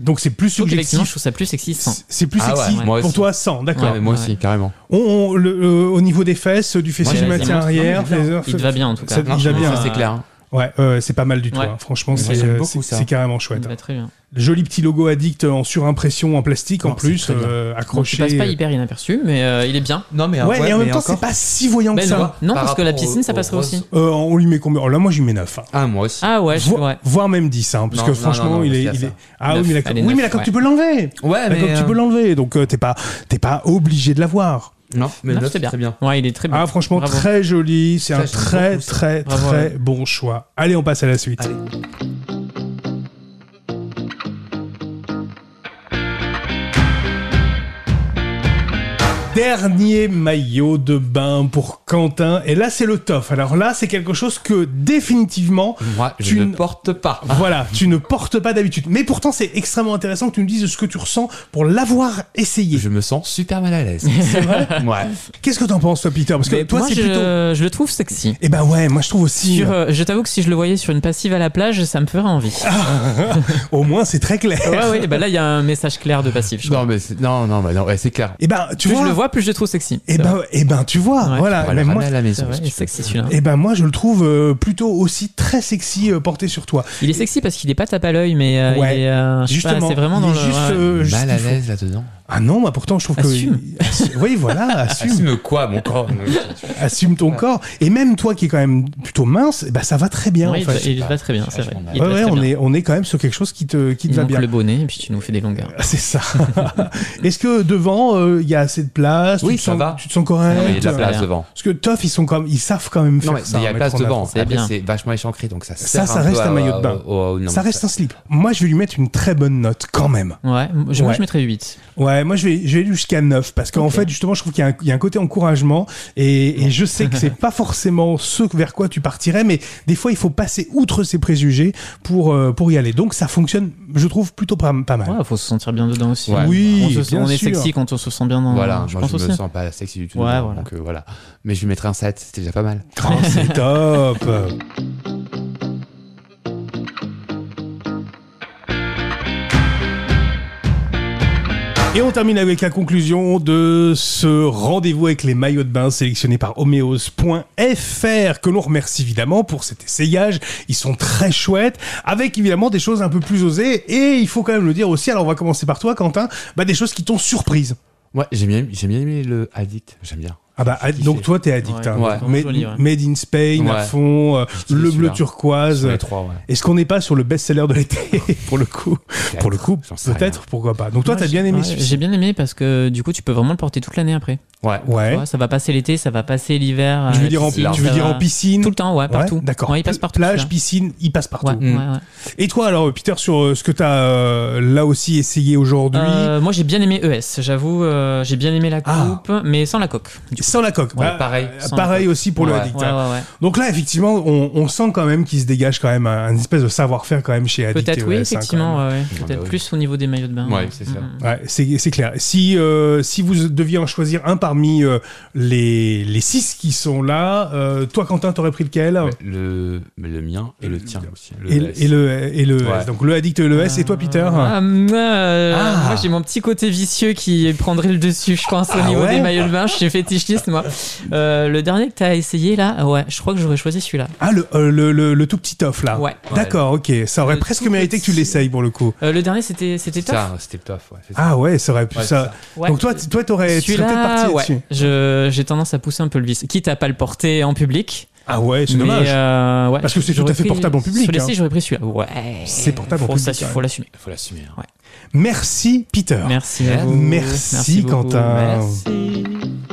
Speaker 1: Donc c'est plus
Speaker 2: Sauf qu'effectivement,
Speaker 1: subjectif.
Speaker 2: je trouve ça plus sexy sans.
Speaker 1: C'est c'est plus
Speaker 3: Ah ouais,
Speaker 1: sexy
Speaker 3: moi
Speaker 1: pour
Speaker 3: aussi.
Speaker 1: toi sans,
Speaker 3: Ouais,
Speaker 1: d'accord.
Speaker 3: mais moi
Speaker 2: Ouais.
Speaker 3: aussi, carrément.
Speaker 1: On- on- le- euh, au niveau des fesses, du fessier,
Speaker 3: Moi,
Speaker 1: du
Speaker 3: j'ai-
Speaker 1: maintien
Speaker 2: j'ai-
Speaker 1: arrière,
Speaker 3: j'ai-
Speaker 1: les heures-
Speaker 2: Il te va bien en tout cas.
Speaker 1: Ça te va bien.
Speaker 3: Ça,
Speaker 1: Ah.
Speaker 3: c'est clair. hein.
Speaker 1: Ouais, euh, c'est pas mal du tout.
Speaker 2: Ouais.
Speaker 1: hein. Franchement,
Speaker 3: Moi,
Speaker 1: c'est
Speaker 3: j'aime
Speaker 1: euh, c'est-
Speaker 3: beaucoup ça.
Speaker 1: c'est carrément chouette.
Speaker 2: Il te va très bien.
Speaker 1: Joli petit logo addict en surimpression en plastique en
Speaker 3: Non, c'est
Speaker 1: plus,
Speaker 3: très bien.
Speaker 1: euh,
Speaker 2: Donc, tu
Speaker 1: accroché.
Speaker 2: passes pas hyper inaperçu, mais euh, il est bien.
Speaker 3: Non, mais
Speaker 1: Ouais, et en même temps, c'est pas si voyant que
Speaker 2: Ben,
Speaker 1: ça.
Speaker 2: non, parce que la piscine, ça passerait aussi.
Speaker 1: Euh, on lui met combien Oh, Là, moi, je lui mets 9.
Speaker 3: Ah, moi aussi.
Speaker 2: Ah ouais, je
Speaker 1: Vo-
Speaker 2: ouais.
Speaker 1: Voire même 10, hein, parce
Speaker 3: Non,
Speaker 1: que
Speaker 3: non,
Speaker 1: franchement,
Speaker 3: non, non,
Speaker 1: il, est,
Speaker 3: parce
Speaker 1: il
Speaker 3: qu'il y a
Speaker 1: est-
Speaker 3: ça.
Speaker 1: Ah
Speaker 2: Neuf,
Speaker 1: oui, mais la coque,
Speaker 2: allez,
Speaker 1: oui,
Speaker 2: neuf,
Speaker 1: mais la coque,
Speaker 2: ouais.
Speaker 1: tu peux l'enlever.
Speaker 3: Ouais, Ah,
Speaker 1: la coque, tu peux l'enlever, donc euh, t'es pas, t'es pas obligé de l'avoir.
Speaker 3: Non, mais
Speaker 2: Non,
Speaker 3: neuf,
Speaker 2: c'est bien.
Speaker 3: c'est bien.
Speaker 2: Ouais, il est très bien.
Speaker 1: Ah, franchement,
Speaker 2: Bravo.
Speaker 1: très joli. C'est
Speaker 3: Ça,
Speaker 1: un
Speaker 3: j'aime
Speaker 1: très,
Speaker 3: beaucoup, ça.
Speaker 1: très,
Speaker 2: Bravo,
Speaker 1: très
Speaker 2: ouais.
Speaker 1: bon choix. Allez, on passe à la suite.
Speaker 3: Allez.
Speaker 1: Dernier maillot de bain pour Quentin. Et là, c'est le tof. Alors là, c'est quelque chose que définitivement,
Speaker 3: Moi, je
Speaker 1: Tu ne-
Speaker 3: ne Ah, porte pas.
Speaker 1: Voilà, tu ne portes pas d'habitude. Mais pourtant, c'est extrêmement intéressant que tu me dises ce que tu ressens pour l'avoir essayé.
Speaker 3: Je me sens super mal à l'aise.
Speaker 1: C'est vrai
Speaker 3: Ouais.
Speaker 1: Qu'est-ce que t'en penses, toi, Peter Parce que
Speaker 2: Mais
Speaker 1: toi,
Speaker 2: moi,
Speaker 1: c'est
Speaker 2: je,
Speaker 1: plutôt.
Speaker 2: je le trouve sexy.
Speaker 1: Eh ben ouais, moi je trouve aussi.
Speaker 2: Sur, euh, je t'avoue que si je le voyais sur une passive à la plage, ça me ferait envie.
Speaker 1: Ah Au moins, c'est très clair.
Speaker 2: Ouais, ouais, et ben là, il y a un message clair de passif. Je
Speaker 3: Non, mais c'est- non, non, bah non, ouais, c'est clair.
Speaker 1: Eh ben, tu
Speaker 2: plus
Speaker 1: vois.
Speaker 2: je le vois, plus je le trouve sexy.
Speaker 1: Eh
Speaker 2: C'est vrai.
Speaker 1: ben, eh ben, tu vois.
Speaker 2: Ouais,
Speaker 1: voilà.
Speaker 3: On va
Speaker 1: mais
Speaker 3: le
Speaker 1: moi,
Speaker 3: ramener à la
Speaker 2: C'est
Speaker 3: maison.
Speaker 2: vrai,
Speaker 3: si
Speaker 2: il est
Speaker 3: tu veux.
Speaker 2: sexy celui-là.
Speaker 1: eh ben moi, je le trouve euh, plutôt aussi très sexy euh, porté sur toi.
Speaker 2: Il est sexy parce qu'il est pas tape à l'œil, mais euh,
Speaker 1: Ouais.
Speaker 2: il est, euh, je sais pas,
Speaker 1: Justement,
Speaker 2: c'est vraiment
Speaker 1: il
Speaker 2: dans
Speaker 1: est
Speaker 2: le.
Speaker 1: juste,
Speaker 2: ouais.
Speaker 1: euh, juste
Speaker 3: Mal
Speaker 1: ce
Speaker 3: à
Speaker 1: qu'il faut.
Speaker 3: l'aise là-dedans.
Speaker 1: Ah non, moi pourtant je trouve
Speaker 2: Assume.
Speaker 1: que. Assu- Oui, voilà, assume.
Speaker 3: Assume quoi, mon corps
Speaker 1: assume ton corps. Et même toi qui est quand même plutôt mince, bah, ça va très bien
Speaker 2: Ouais,
Speaker 1: en
Speaker 2: il,
Speaker 1: fait.
Speaker 2: te- il te va très bien,
Speaker 3: Ah,
Speaker 2: c'est vrai. Il te
Speaker 1: Ouais,
Speaker 2: va
Speaker 1: ouais,
Speaker 2: très
Speaker 1: on,
Speaker 2: bien.
Speaker 1: est, on est quand même sur quelque chose qui te, qui te
Speaker 2: Il
Speaker 1: va
Speaker 2: manque
Speaker 1: bien.
Speaker 2: le bonnet et puis tu nous fais des longueurs.
Speaker 1: C'est ça. Est-ce que devant, euh, il y a assez de place
Speaker 3: Oui,
Speaker 1: tu te
Speaker 3: ça
Speaker 1: sens,
Speaker 3: va. Ah,
Speaker 1: Tu te sens correct
Speaker 3: Il y a de la
Speaker 2: Ça a
Speaker 3: place
Speaker 2: l'air.
Speaker 3: devant.
Speaker 1: Parce que Toff, ils, sont quand même- ils savent quand même faire
Speaker 3: Non, mais
Speaker 1: ça. hein,
Speaker 3: il y a de la
Speaker 1: mettre
Speaker 3: place
Speaker 1: en
Speaker 3: devant.
Speaker 1: avant.
Speaker 2: c'est
Speaker 3: Après,
Speaker 2: bien.
Speaker 3: Ah, C'est vachement échancré, donc ça
Speaker 1: Ça,
Speaker 3: sert
Speaker 1: ça
Speaker 3: un peu
Speaker 1: reste
Speaker 3: à-
Speaker 1: un maillot de bain.
Speaker 3: au- au- non,
Speaker 1: ça
Speaker 3: mais
Speaker 1: reste un slip. Moi, je vais lui mettre une très bonne note quand même.
Speaker 2: Ouais, moi je
Speaker 1: Ouais.
Speaker 2: je mettrais 8.
Speaker 1: Ouais, moi, je vais, je vais aller jusqu'à 9 parce qu'en
Speaker 2: Ok.
Speaker 1: fait, justement, je trouve qu'il y, a un- il y a un côté encouragement et, et je sais que c'est pas forcément ce vers quoi tu partirais, mais des fois, il faut passer outre ses préjugés pour, euh, pour y aller. Donc, ça fonctionne, je trouve, plutôt pas, pas mal.
Speaker 2: Ouais, faut se sentir bien dedans aussi.
Speaker 3: Ouais.
Speaker 1: Oui,
Speaker 2: on, se sent-
Speaker 1: bien
Speaker 2: on est
Speaker 1: sûr.
Speaker 2: sexy quand on se sent bien dans.
Speaker 3: Voilà,
Speaker 2: je
Speaker 3: moi,
Speaker 2: pense
Speaker 3: je me
Speaker 2: aussi.
Speaker 3: sens pas sexy du tout.
Speaker 2: Ouais,
Speaker 3: dedans,
Speaker 2: voilà.
Speaker 3: Donc euh, voilà. Mais je lui mettrais un 7, c'était déjà pas mal.
Speaker 1: Oh, c'est top. Et on termine avec la conclusion de ce rendez-vous avec les maillots de bain sélectionnés par homeos.fr que l'on remercie évidemment pour cet essayage. Ils sont très chouettes avec évidemment des choses un peu plus osées et il faut quand même le dire aussi. Alors on va commencer par toi Quentin, bah, des choses qui t'ont surprise.
Speaker 3: Ouais, j'ai bien, j'ai bien aimé le addict. J'aime bien.
Speaker 1: Ah bah ad- donc toi t'es addict.
Speaker 2: Ouais,
Speaker 1: hein.
Speaker 3: ouais.
Speaker 1: Made,
Speaker 2: Joli, ouais.
Speaker 1: Made in Spain à
Speaker 3: Ouais.
Speaker 1: fond, euh,
Speaker 3: l'ai,
Speaker 1: le bleu
Speaker 3: celui-là.
Speaker 1: turquoise.
Speaker 3: Sur les trois, ouais.
Speaker 1: Est-ce qu'on n'est pas sur le best-seller de l'été pour le coup Pour le coup,
Speaker 3: j'en sais rien.
Speaker 1: peut-être, pourquoi pas. Donc toi,
Speaker 2: Moi,
Speaker 1: t'as
Speaker 2: j'ai-
Speaker 1: bien aimé
Speaker 2: ouais,
Speaker 1: celui-ci.
Speaker 2: J'ai bien aimé parce que du coup, tu peux vraiment le porter toute l'année après.
Speaker 3: Ouais.
Speaker 2: Tu
Speaker 1: Ouais.
Speaker 2: vois, ça va passer l'été, ça va passer l'hiver.
Speaker 1: tu
Speaker 2: euh,
Speaker 1: veux dire en,
Speaker 2: piscine,
Speaker 1: tu veux
Speaker 2: ça
Speaker 1: dire
Speaker 2: va-
Speaker 1: en piscine
Speaker 2: Tout le temps, ouais,
Speaker 1: Ouais,
Speaker 2: partout.
Speaker 1: d'accord.
Speaker 2: Ouais, il passe partout.
Speaker 1: Plage,
Speaker 2: celui-là.
Speaker 1: piscine, il passe partout.
Speaker 2: Ouais,
Speaker 3: Mm.
Speaker 2: ouais, ouais.
Speaker 1: Et toi, alors, Peter, sur euh, ce que t'as euh, là aussi essayé aujourd'hui,
Speaker 2: Euh, moi j'ai bien aimé ES, j'avoue, euh, j'ai bien aimé la
Speaker 1: Ah.
Speaker 2: coupe, mais sans la coque. du coup.
Speaker 1: sans la coque.
Speaker 3: Ouais,
Speaker 1: Bah,
Speaker 3: pareil.
Speaker 1: euh,
Speaker 2: sans la
Speaker 1: Pareil aussi pour le
Speaker 3: Ouais.
Speaker 1: addict.
Speaker 2: Ouais,
Speaker 1: hein.
Speaker 2: ouais, ouais.
Speaker 1: Donc là, effectivement, on, on sent quand même qu'il se dégage quand même un, un espèce de savoir-faire quand même chez Addict.
Speaker 2: Peut-être, oui,
Speaker 1: EOS, hein, quand
Speaker 2: effectivement,
Speaker 1: même.
Speaker 2: ouais, ouais.
Speaker 3: bah
Speaker 2: peut-être
Speaker 3: oui.
Speaker 2: plus au niveau des maillots de bain.
Speaker 3: Ouais, c'est ça.
Speaker 2: Mm, mm.
Speaker 1: Ouais, c'est c'est clair. Si, euh, si vous deviez en choisir un parmi euh, les, les six qui sont là, euh, toi, Quentin, t'aurais pris lequel
Speaker 3: Ouais, Le, mais le mien et le tien aussi. Le
Speaker 1: et,
Speaker 3: S.
Speaker 1: et le, et le
Speaker 3: Ouais.
Speaker 1: S. Donc le addict et le S. Et toi, Peter
Speaker 2: Ah, moi, euh,
Speaker 1: Ah.
Speaker 2: Moi, j'ai mon petit côté vicieux qui prendrait le dessus, je pense, au
Speaker 1: Ah
Speaker 2: niveau
Speaker 1: ouais
Speaker 2: des maillots de bain. Je suis fétichiste, moi. Euh, le dernier que t'as essayé, là, ouais, je crois que j'aurais choisi celui-là.
Speaker 1: Ah, le, euh, le, le, le tout petit off là.
Speaker 2: Ouais.
Speaker 1: D'accord, ok. Ça aurait
Speaker 2: Le
Speaker 1: presque
Speaker 2: tout
Speaker 1: mérité que tu
Speaker 2: petit.
Speaker 1: l'essayes pour le coup.
Speaker 2: Euh, le dernier, c'était c'était top.
Speaker 3: Ça, c'était top, ouais. c'est ça.
Speaker 1: Ah ouais, ça aurait pu.
Speaker 3: Ouais,
Speaker 1: ça...
Speaker 3: c'est ça.
Speaker 2: Ouais.
Speaker 1: Donc toi, t- toi, t'aurais, tu serais peut-être
Speaker 2: celui-là,
Speaker 1: parti
Speaker 2: ouais,
Speaker 1: là-dessus.
Speaker 2: je- j'ai tendance à pousser un peu le vice, quitte à pas le porter en public.
Speaker 1: Ah ouais, c'est
Speaker 2: mais,
Speaker 1: dommage.
Speaker 2: euh, ouais,
Speaker 1: Parce que c'est tout
Speaker 2: j'aurais
Speaker 1: à fait
Speaker 2: pris-
Speaker 1: portable en public,
Speaker 2: Sur les
Speaker 1: hein.
Speaker 2: six, j'aurais pris celui-là. Ouais.
Speaker 1: C'est portable en
Speaker 2: Faut
Speaker 1: public,
Speaker 2: s'assu-
Speaker 1: ouais.
Speaker 2: Faut l'assumer.
Speaker 3: Faut l'assumer. hein.
Speaker 1: Merci Peter.
Speaker 2: Merci. à
Speaker 1: Euh, Merci,
Speaker 2: vous. beaucoup.
Speaker 1: Quentin.
Speaker 2: Merci.